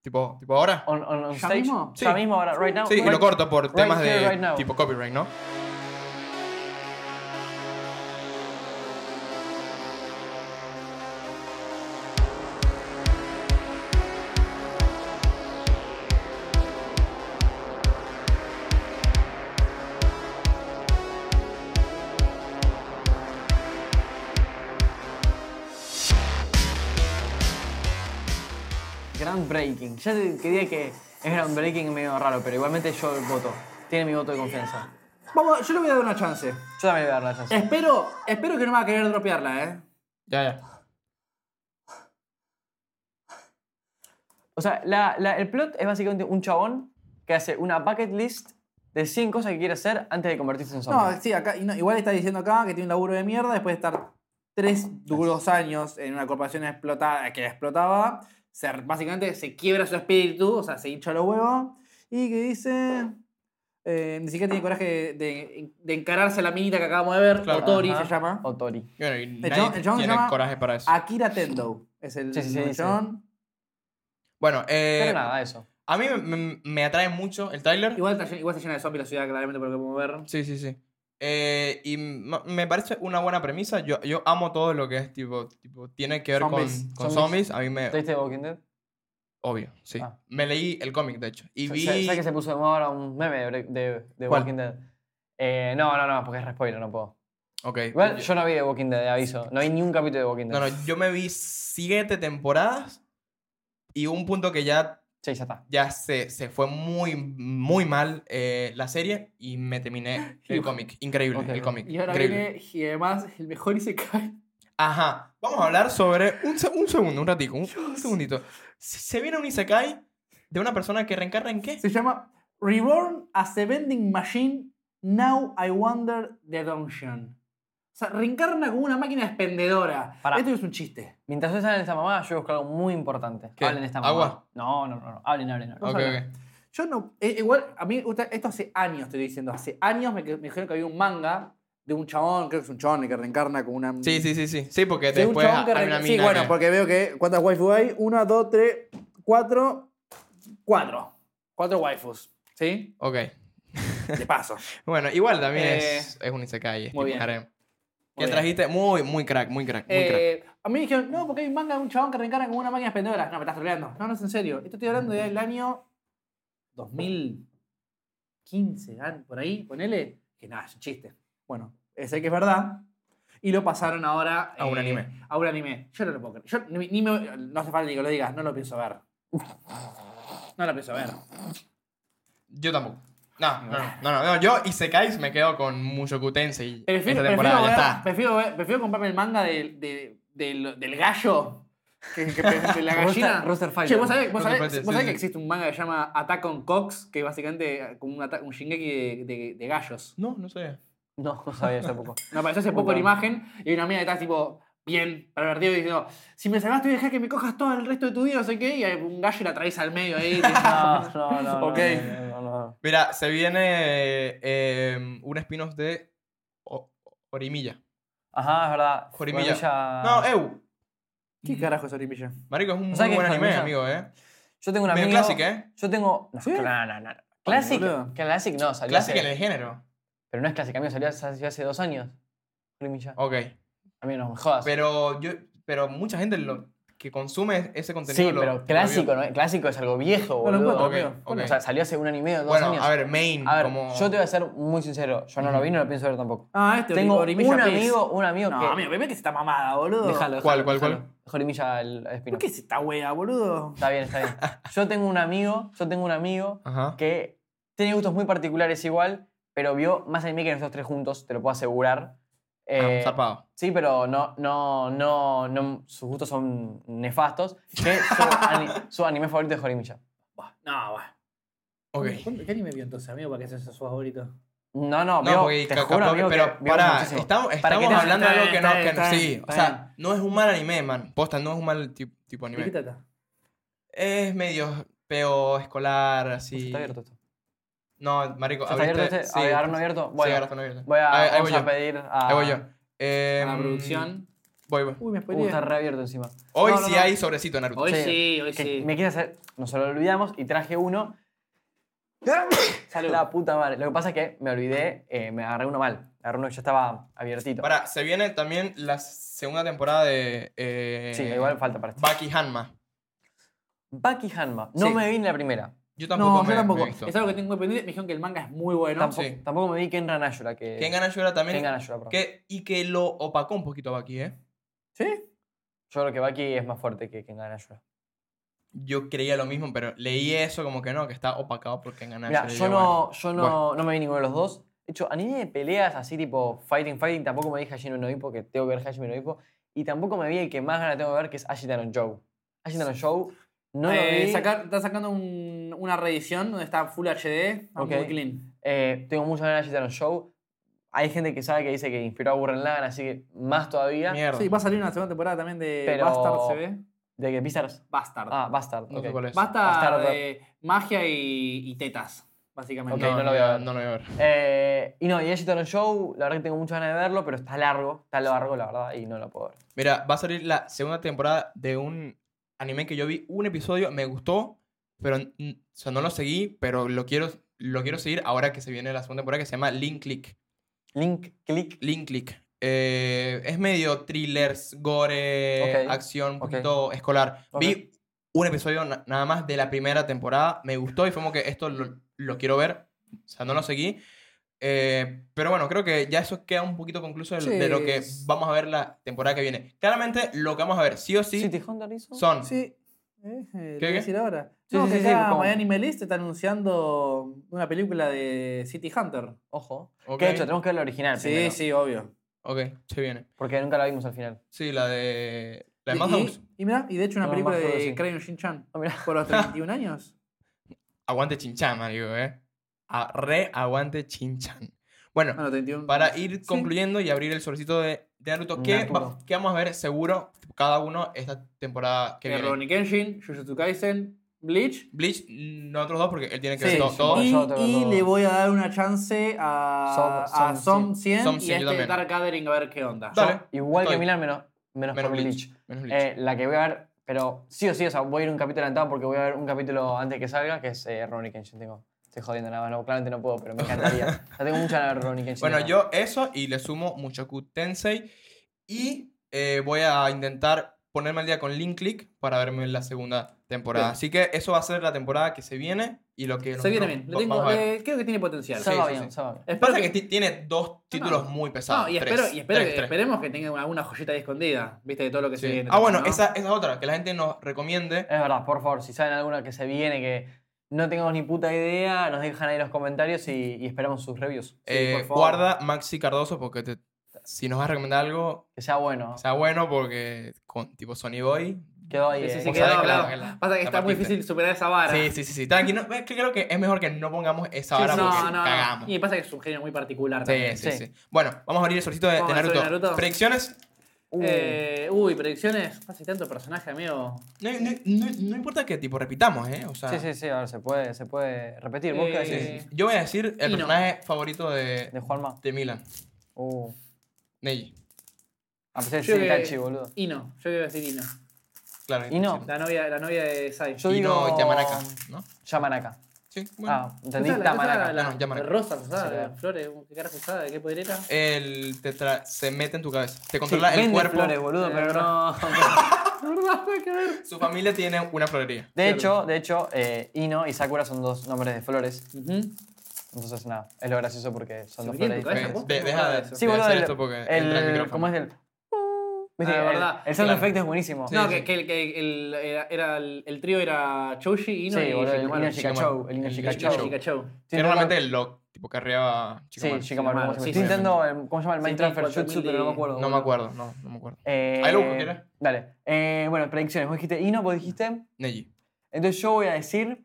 Tipo, tipo ahora.
On, on- on
¿Ya
stage.
mismo?
Ya
Sí.
mismo ahora, right now.
Sí, y
Oh, right-
lo corto por temas
here,
de
right now.
tipo copyright, ¿no?
Groundbreaking. Ya te quería que es groundbreaking medio raro, pero igualmente yo voto. Tiene mi voto de confianza.
Vamos, yo le voy a dar una chance.
Yo también le voy a dar la chance.
Espero, espero que no me va a querer dropearla, ¿eh?
Ya, ya.
O sea, la- la- el plot es básicamente un chabón que hace una bucket list de 100 cosas que quiere hacer antes de convertirse en zombie.
No, sí, acá, y no, igual está diciendo acá que tiene un laburo de mierda después de estar tres duros años en una corporación explotada, que explotaba. Se, básicamente se quiebra su espíritu, o sea, se hincha los huevos. Y que dice. eh, ni siquiera tiene coraje de, de- de encararse a la minita que acabamos de ver,
Claro.
Otori
Ajá.
se llama.
Otori.
Bueno, y
El
nadie
chabón- el chabón se
tiene
llama-
coraje para eso.
Akira Tendo es el
Sí, sí, sí,
el
sí.
chabón.
Bueno, eh,
Pero nada, eso.
a mí me, me- me atrae mucho el tráiler.
Igual, está, llen- igual está llena de zombies la ciudad, claramente, por lo que podemos ver.
Sí, sí, sí. Eh, y m- me parece una buena premisa. Yo, yo amo todo lo que es tipo, tipo tiene que ver con-
Zombies.
con, zombies.
Zombies.
A mí me
¿Te viste The Walking Dead?
obvio, sí.
Ah.
Me leí el cómic de hecho y vi
¿Sabes que se puso de moda ahora un meme de, Break- de- de
¿Cuál?
Walking Dead? Eh, no, no, no, porque es re spoiler, no puedo.
Ok.
Igual yo no vi The Walking Dead, aviso. No vi ni un capítulo de Walking
No,
Dead.
no, yo me vi siete temporadas y hubo un punto que ya,
Sí, ya está.
ya se, se fue muy, muy mal eh, la serie y me terminé el cómic. Increíble,
Ok,
el
ok.
cómic.
Y ahora
increíble.
viene, y además, el mejor y se cae.
Ajá. Vamos a hablar sobre. Un, se- un segundo, un ratico, un, un segundito. Se, se viene un Isekai de una persona que reencarna en qué?
Se llama Reborn as a Vending Machine, Now I Wonder the Dungeon. O sea, reencarna como una máquina expendedora.
Pará.
Esto es un chiste.
Mientras ustedes hablan de esta mamá, yo busco algo muy importante.
¿Qué?
Hablen de esta mamá.
¿Agua?
No, no, no, no. Hablen, hablen, hablen.
Ok, ok.
Yo no. eh, igual, a mí, usted- esto hace años estoy diciendo. Hace años me, que- me dijeron que había un manga de un chabón, creo que es un chabón, el que reencarna con una.
Sí, sí, sí, sí. Sí, porque
de un
después
chabón que
hay una
reencarna-
mina.
Sí, bueno,
que-
porque veo que. ¿Cuántas waifu hay? Una, dos, tres, cuatro. Cuatro. Cuatro waifus. ¿Sí?
Ok.
De paso.
Bueno, igual también
Eh,
es, es un Isekai. es
muy
tipo
bien.
harem.
Muy bien.
Que trajiste muy, muy crack, muy crack, muy crack.
Eh, a mí me dijeron, no, porque hay un manga de un chabón que reencarna como una máquina expendedora. No, me estás troleando. No, no es en serio. Esto estoy hablando del año 2015, ah, por ahí, ponele. Que nada, es un chiste. Bueno, sé que es verdad. Y lo pasaron ahora eh,
A un anime.
A un anime. Yo no lo puedo creer. Yo ni, ni me- no hace falta ni que lo digas, no lo pienso ver. No lo pienso ver.
Yo tampoco. No, no, no, no, no, Yo Isekais me quedo con mucho cutense y
Prefiero,
esta
prefiero,
temporada ya
ver-
está.
prefiero ver- prefiero comprarme el manga de- de- del- del gallo. Que, que- de la
Rooster-
gallina.
Rooster Fighter.
Che, vos sabés, vos
Creo
sabés-
que puede ser,
vos
sí,
sabés
sí.
que existe un manga que se llama Attack on Cox, que es básicamente eh, como un, ata- un shingeki de, de- de gallos.
No, no sé.
No, no sabía yo tampoco.
Me apareció hace poco la imagen y hay una mina que está tipo bien pervertido y diciendo, si me salvas te voy a dejar que me cojas todo el resto de tu vida, no sé qué, y hay un gallo y la traes al medio ahí. tipo,
Ah,
No, no, no. no,
Ok.
No, no, no.
Mira, se viene eh, un spin-off de O- Orimilla.
Ajá, es verdad.
Jorimilla.
Jorimilla-
No,
Ah.
Eu.
¿Qué carajo es Orimilla?
Marico, es un
¿Sabes
muy
qué
buen
es
anime,
Jorimilla?
amigo, eh.
Yo tengo una
Medio
amigo.
clásico, ¿eh?
Yo tengo. No,
¿Sí?
no, no, no. Classic.
boludo.
Classic no, salió.
Clásica en
hace-
el género.
Pero no es clásica, amigo, salió hace, hace dos años. Jorimilla.
Ok.
A mí no me jodas.
Pero yo. Pero mucha gente lo que consume ese contenido.
Sí,
lo- lo
pero
vio.
clásico, ¿no? Clásico es algo viejo,
No lo
boludo.
encuentro,
Ok,
amigo.
ok.
O sea, salió hace un año y medio, dos
bueno,
años.
a ver, main.
A ver,
como...
yo te voy a ser muy sincero. Yo no lo vi, no lo pienso ver tampoco.
Ah, este
Tengo
Ori- Orimilla
un
Pez.
amigo, un amigo
No,
que...
amigo, ve que se está mamada, boludo.
Déjalo,
¿Cuál,
déjalo,
cuál, cuál?
déjalo. Jorimilla el espino.
¿Por qué se está wea, boludo?
Está bien, está bien. Yo tengo un amigo, yo tengo un amigo
Ajá.
que tiene gustos muy particulares igual, pero vio más anime que nosotros tres juntos, te lo puedo asegurar.
Ah,
Eh,
zarpado.
sí, pero no, no, no, no, sus gustos son nefastos. Que su, ani- su anime favorito es Jorimilla.
Buah, No, bueno.
Ok.
¿Qué anime vio entonces, amigo, para que sea su favorito?
No, no,
No,
vio,
porque
te
ca-
juro,
capaz
amigo,
que-
que
pero
vio
pará,
muchísimo.
estamos,
Para que
estamos
te-
hablando de
está
algo que
bien,
no,
está
que no-
bien, está
sí,
bien,
o
está
sea, no es un mal anime, man, posta, no es un mal ti- tipo
¿De qué
anime.
trata?
Es medio peo escolar,
Uf,
así.
Está abierto esto.
No, marico,
¿Está abierto
abriste-
este?
sí,
Ah, ¿Ahora no
sí,
abierto?
ahora
Bueno,
está no abierto.
voy a,
Ahí- ahí
vamos
voy
a
yo.
pedir a...
Ahí voy yo. Eh,
A la producción.
Voy, voy.
Uy, me
Uh,
spoileé.
Em, está reabierto encima.
Hoy
No, no,
sí
no.
hay sobrecito, Naruto.
Hoy
Sí.
sí, hoy
Que
sí.
Me quise hacer... Nos lo olvidamos y traje uno.
Salud.
La puta madre. Lo que pasa es que me olvidé, eh, me agarré uno mal. Agarré uno que ya estaba abiertito.
Pará, se viene también la segunda temporada de. Eh,
sí, igual falta para este.
Baki Hanma.
Baki Hanma. No
Sí.
me vi en la primera.
Yo
No,
tampoco
yo
me,
tampoco.
me he visto.
Es algo que tengo pendiente. Me dijeron que el manga es muy bueno.
Tampoco,
sí.
tampoco me vi Kenran Ashura. Que,
Kengan Ashura también.
Kengan Ashura, perdón.
que- y que lo opacó un poquito a Baki, ¿eh?
¿Sí? Yo creo que Baki es más fuerte que Kengan Ashura.
Yo creía lo mismo, pero leí eso como que no, que está opacado por Kengan Ashura.
Mira,
Y
yo,
yo, bueno.
no, yo no, no me vi ninguno de los dos. De hecho, anime de peleas así tipo Fighting Fighting tampoco me vi Hajime no Ippo, que tengo que ver Hajime no Ippo. Y tampoco me vi el que más ganas tengo de ver, que es Ashita no Joe. Ashita no Joe, no
Eh,
lo vi.
sacar- está sacando un- una reedición donde está Full HD. está
Ok.
Muy clean.
Eh, tengo muchas ganas de Ashita no Joe. Hay gente que sabe que dice que inspiró a Gurren Lagann, así que más todavía.
Mierda.
Sí, va a salir una segunda temporada también de
Pero-
Bastard, ¿se ve?
¿De que Pizarros?
Bastard.
Ah, Bastard.
No sé
ok.
cuál es.
Bastard,
Bastard.
eh, magia y, y tetas, básicamente.
Ok,
no,
no
lo
lo
voy
voy a ver.
No lo voy a ver.
Eh, y no, y Ashita no Joe, la verdad que tengo muchas ganas de verlo, pero está largo, está largo, la verdad, y no lo puedo ver.
Mira, va a salir la segunda temporada de un anime que yo vi un episodio, me gustó, pero mm, o sea, no lo seguí, pero lo quiero, lo quiero seguir ahora que se viene la segunda temporada que se llama Link Click.
Link, click.
Link Click. Eh, es medio thrillers, gore,
Ok,
acción, un
ok.
poquito escolar.
Ok.
Vi un episodio na- nada más de la primera temporada, me gustó y fue como que esto lo, lo quiero ver, o sea, no lo seguí. Eh, pero bueno, creo que ya eso queda un poquito concluso de, de lo que
Sí.
vamos a ver la temporada que viene. Claramente, lo que vamos a ver, sí o sí,
¿City Hunter hizo?
son.
Sí. Eh, eh,
¿Qué,
lo voy a
qué?
decir ahora.
Sí,
no,
sí,
que
sí,
acá
como-
My Anime List está anunciando una película de City Hunter.
Ojo.
Ok,
Que de hecho, tenemos que ver la original
Sí,
primero,
sí, obvio.
ok, se viene.
Porque nunca la vimos al final.
Sí, la de. La de
Y-
Madhouse.
Y, y mirá, y de hecho una
No,
película
Madhouse,
de
sí.
Crayon Shin-chan
Ah, mirá.
por los 31 años.
Aguante Chinchan, amigo, eh. A- re aguante Chinchan. Bueno,
Bueno, 31.
para ir concluyendo y abrir el sobrecito de, de Naruto, ¿qué, va-
Naruto.
qué vamos a ver seguro cada uno esta temporada que
Eh,
viene?
Rurouni Kenshin, Jujutsu Kaisen, Bleach.
Bleach, nosotros dos, porque él tiene que
Sí,
ver to-
sí,
todo.
voy.
y,
yo tengo
y
todo.
le voy a dar una chance a
Som-
a
Som
Som 100
Som
y
100,
a
yo
este
también.
Dark Gathering a ver qué onda.
Dale.
Igual
estoy.
que Milan, menos, menos,
Menos
por
Bleach.
Bleach.
Menos Bleach.
Eh, la que voy a ver, pero sí o sí, o sea, voy a ir un capítulo adelantado porque voy a ver un capítulo antes que salga, que es eh, Ronnie Kenshin. Tengo, estoy jodiendo nada más, no, claramente no puedo, pero me encantaría. O sea, tengo mucha ganas de ver Ronnie
eh,
Kenshin.
bueno,
de
yo
verdad.
eso y le sumo Mushoku Tensei. Y eh, voy a intentar ponerme al día con Link Click para verme la segunda temporada.
Bien.
Así que eso va a ser la temporada que se viene y lo que
Se
nosotros
viene bien. Lo
va-
tengo-
vamos a ver.
eh, creo que tiene potencial.
Se va
sí,
bien,
sí.
se va bien.
Espero
Pasa
que-
que ti- tiene dos títulos muy pesados.
No, y
tres,
espero, y espero
tres,
que,
tres.
esperemos que tengan alguna joyita ahí escondida, viste, de todo lo que se
Sí.
viene.
Ah, bueno,
¿no?
esa, esa es otra, que la gente nos recomiende.
Es verdad, por favor, si saben alguna que se viene, que no tengamos ni puta idea, nos dejan ahí en los comentarios y, y esperamos sus reviews.
Eh,
por favor.
guarda Maxi Cardoso porque te- si nos vas a recomendar algo,
Que sea bueno.
sea bueno porque con tipo Sony Boy.
Quedó ahí.
Sí, sí,
eh,
sí,
vos
quedó,
sabés que la-
claro.
que la-
Pasa que
la
está muy
partiste.
difícil superar esa vara.
Sí, sí, sí, sí. Tranqui, no, eh, creo que es mejor que no pongamos esa vara
no,
porque
no, no.
cagamos.
Y pasa que es un genio muy particular
Sí,
también.
sí,
Sí.
sí. Bueno, vamos a abrir el sortito de, de
Vamos a
Naruto.
abrir Naruto.
¿Predicciones?
Uh,
Eh, uy, predicciones. Pasa que tanto personaje, amigo.
No, no- no- no importa que tipo repitamos, ¿eh? O sea,
Uh. sí, sí, sí, a ver, se puede, se puede repetir. ¿Vos qué
Eh,
decís?
sí, sí. Yo voy a decir el
Ino.
personaje favorito de,
De Juanma.
de Milan,
Uh.
Neji.
A pesar
Yo
de
que-
Itachi, boludo.
Ino, yo quiero decir Ino.
Claro.
Ino.
La novia, la novia de Sai.
Yo
Ino
digo-
Yamanaka, ¿no?
Yamanaka.
Sí, bueno.
Ah, entendí.
¿Usás la- usás
Tamanaka.
la-
No, no, Yamanaka.
de rosas usadas,
Sí,
de
claro.
flores, eh, ¿qué carajo usada? ¿De qué poderera?
el te tra- se mete en tu cabeza. Te
Sí,
controla el
vende
cuerpo.
Eh,
flores, boludo, pero no.
verdad, nada que ver.
Su familia tiene una florería.
De
Claro.
hecho, de hecho, eh, Ino y Sakura son dos nombres de flores.
Ujú.
Entonces, nada, es lo gracioso porque son
Se
dos
me queda en
flores
tu cabeza,
diferentes.
diferentes.
vos
De-
tenés
deja
nada
de-
eso.
Sí,
Voy a
boludo,
hacer
el,
esto porque
el-
entra el micrófono.
¿Cómo es el...? ¿Viste?
Ah,
El-
verdad,
El sound
claro.
effect es buenísimo.
Sí,
no,
sí.
que, que el, que el- era- era el, el trío era Choshi, Ino
Sí,
y
boludo, el
Shikamaru.
Ino Shikachou. El Ino
El
Shikachou.
Shikachou.
Shikachou.
Sí,
Que normalmente el log, tipo, carreaba
Sí,
Shikamaru.
Shikamaru.
Shikamaru,
¿cómo se llama?
sí,
Estoy
sí.
intentando el- ¿Cómo se llama? El Mind
Sí,
Transfer
4000
Jutsu, pero no me
y-
acuerdo.
No me acuerdo, no, no me acuerdo.
Eh,
Ahí lo busco, ¿quieres?
Dale. Eh, bueno, predicciones. Vos dijiste Ino, vos dijiste...
Neji.
Entonces yo voy a decir...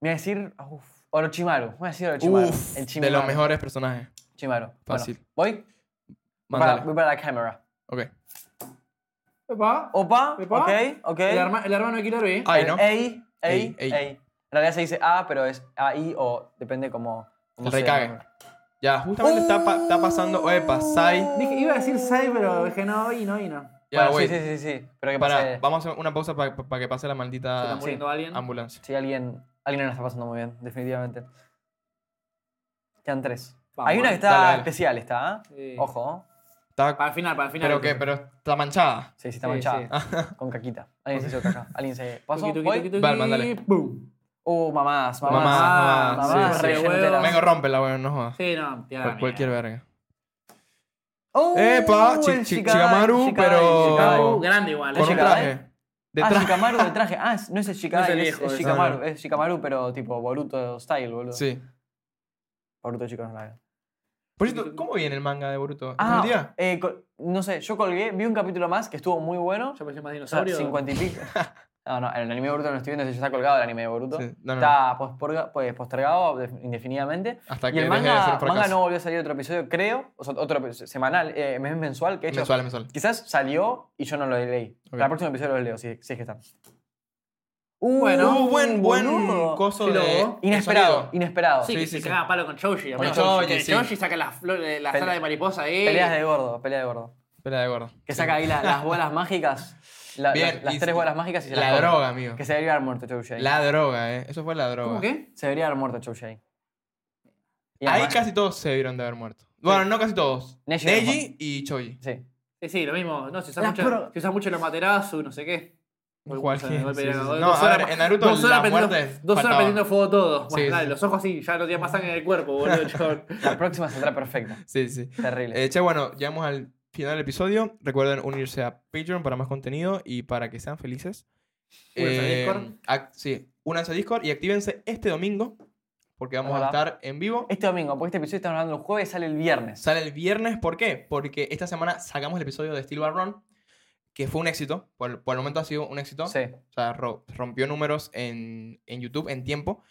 Voy a decir... Uf, Orochimaru. Voy a decir Orochimaru.
Uf, de los
el Chimaru.
mejores personajes.
Chimaru. Bueno,
Fácil.
¿Voy? Voy para,
Mándale.
voy para la cámara.
Ok.
Epa.
Opa,
Epa.
ok, ok.
El, herma- el hermano de Kilaru.
Ay, ¿no?
Ey,
Ey,
ey, ey.
ey.
En realidad se dice A, pero es AI o depende como... como
El rey
se-
Kage. Ya, justamente está, pa- está pasando. Oye, Pasai.
Dije, iba a decir Sai, pero dije no, Ino, Ino.
Ya,
bueno,
güey.
sí, sí, sí, sí. Pero que
Para,
pase...
vamos a hacer una pausa para que pase la
Se está
maldita
muriendo alguien.
ambulancia.
Sí, alguien, alguien no la está pasando muy bien, definitivamente. Quedan tres.
Vamos.
Hay una que está
Dale, dale.
especial, está.
Sí.
Ojo.
Está,
Para el final, para el final.
pero qué, pero está manchada.
Sí, sí, está
Sí,
manchada.
sí.
Con caquita. Alguien se hizo caca. Alguien se pasó.
Tuki, tuki,
¿Voy?
tuki, tuki,
Vale, mándale.
¡Pum!
Uh, mamás, mamás.
Mamás.
Ah,
mamá,
mamá,
sí,
re
sí.
huevo.
Venga.
Vengo, rómpela, weón, no jodas.
Sí, no, tira la
Cual- cualquier
mierda.
verga.
Uh,
Epa, chi-
el
chi-
Shikai,
Shikamaru,
Shikai,
pero-
Uh,
Shikai.
grande igual.
Con
eh.
un
Shikamaru.
traje. De
ah,
traje.
Shikamaru de traje. Ah, es- no es el Shikai,
No
es,
es el
es
viejo, es-
Shikamaru. Es Shikamaru, pero tipo Boruto style, boludo.
Sí.
Boruto chicos no la vean.
Por cierto, ¿cómo viene el manga de Boruto? ¿Está al
Ah,
día?
eh, col- no sé, yo colgué, vi un capítulo más que estuvo muy bueno.
Yo pensé más
O sea,
dinosaurio.
50 y pico. No, no, el anime de Boruto no lo estoy viendo, ya está colgado el anime de Boruto.
Sí, no, no,
Está posporga- pues, postergado de- indefinidamente.
Hasta
y
que
el
deje de ser
manga,
un
manga
fracaso.
no volvió a salir otro episodio, creo. O sea, otro episodio semanal, eh, mes- mensual, que he hecho.
Mensual, mensual.
Quizás salió y yo no lo leí.
Ok.
Para el próximo episodio lo leo, si, si es que está.
Bueno,
Uh, buen, buen
boludo.
coso
Sí,
de.
loco.
Inesperado,
sonido.
inesperado.
Sí,
Sí,
que
sí,
se
sí.
caga a palo con Choji.
Con
amigo.
Choji,
Que
sí.
Choji saca la flor, eh, la
Pele-
sala de mariposa ahí.
Peleas de gordo, pelea de gordo.
Espera de gordo.
Que saca ahí la- las bolas mágicas. la-
Bien,
las- las
y-
tres bolas mágicas y se las
La
come.
droga, amigo.
Que se debería haber muerto Choji. ahí.
La droga, eh. Eso fue la droga.
¿Cómo qué?
Se debería haber muerto Choji. ahí. Y
Ahí
además-
casi todos se debieron de haber muerto. Bueno, no casi todos.
Neji
Neji,
mejor.
y Choji.
Sí.
Sí, Eh, sí, lo mismo. No, se usa
La
mucho,
pro-
se usa mucho los Materasu, no sé qué.
Cualquier-
O sea,
sí, sí, sí.
dos
No, a
horas-
ver, en Naruto
dos horas
la
prendiendo-
muerte
Dos horas
faltaba.
prendiendo fuego todo. Bueno,
Sí,
dale,
sí.
los ojos así, ya no tiene más sangre en el cuerpo, boludo. chabón.
La próxima saldrá perfecta.
Sí, sí.
Terrible.
Eh, che, bueno, llegamos al final del episodio. Recuerden unirse a Patreon para más contenido y para que sean felices. Eh,
Únanse a Discord.
ac- sí, únanse a Discord y actívense este domingo porque vamos
Hola.
a estar en vivo.
Este domingo, porque este episodio estamos hablando el jueves, sale el viernes.
Sale el viernes, ¿por qué? Porque esta semana sacamos el episodio de Steel Bar Run, que fue un éxito. Por, por el momento ha sido un éxito.
Sí.
O sea, ro- rompió números en, en YouTube en tiempo.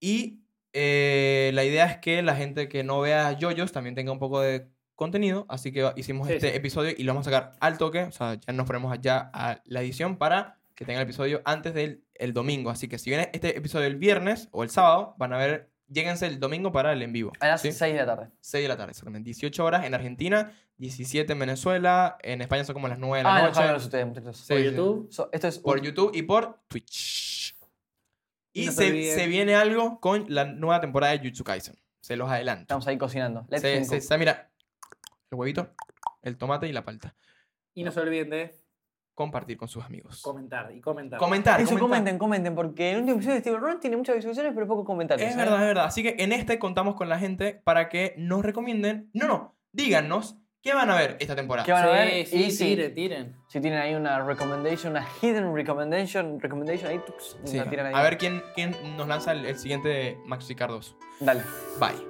Y eh, la idea es que la gente que no vea yoyos también tenga un poco de contenido. Así que hicimos
Sí,
este
sí.
episodio y lo vamos a sacar al toque. O sea, ya nos ponemos allá a la edición para que tenga el episodio antes del el domingo. Así que si viene este episodio el viernes o el sábado, van a ver, lléguense el domingo para el en vivo.
A las
¿sí?
6 de la tarde.
6 de la tarde, exactamente. 18 horas en Argentina, 17 en Venezuela, en España son como las 9 de la
Ah, no,
noche.
no, ustedes, muchachos.
Sí,
Por
sí.
YouTube.
So, esto es.
Por YouTube y por Twitch. Y
No te
se,
olvides.
se viene algo con la nueva temporada de Jujutsu Kaisen. Se los adelanto.
Estamos ahí cocinando. Let's
Se,
think
se-
cook.
se- mira, el huevito, el tomate y la palta.
Y no se olviden de
Compartir con sus amigos.
comentar y comentar.
Comentar,
Eso,
comentar.
comenten, comenten, porque el último episodio de Steve Run tiene muchas visualizaciones, pero pocos comentarios.
Es
¿eh?
verdad, es verdad. Así que en este contamos con la gente para que nos recomienden. No, no, díganos qué van a ver esta temporada.
¿Qué van a
Sí,
ver?
sí,
y sí,
tiren, tiren.
si tienen ahí una recommendation, una hidden recommendation, recommendation ahí, tucs,
Sí.
la tiran ahí.
A ver quién, quién nos lanza el, el siguiente Maxi Cardoso.
Dale.
Bye.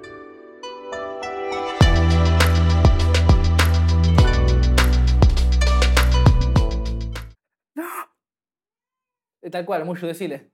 Eh, Tal cual, mucho decile.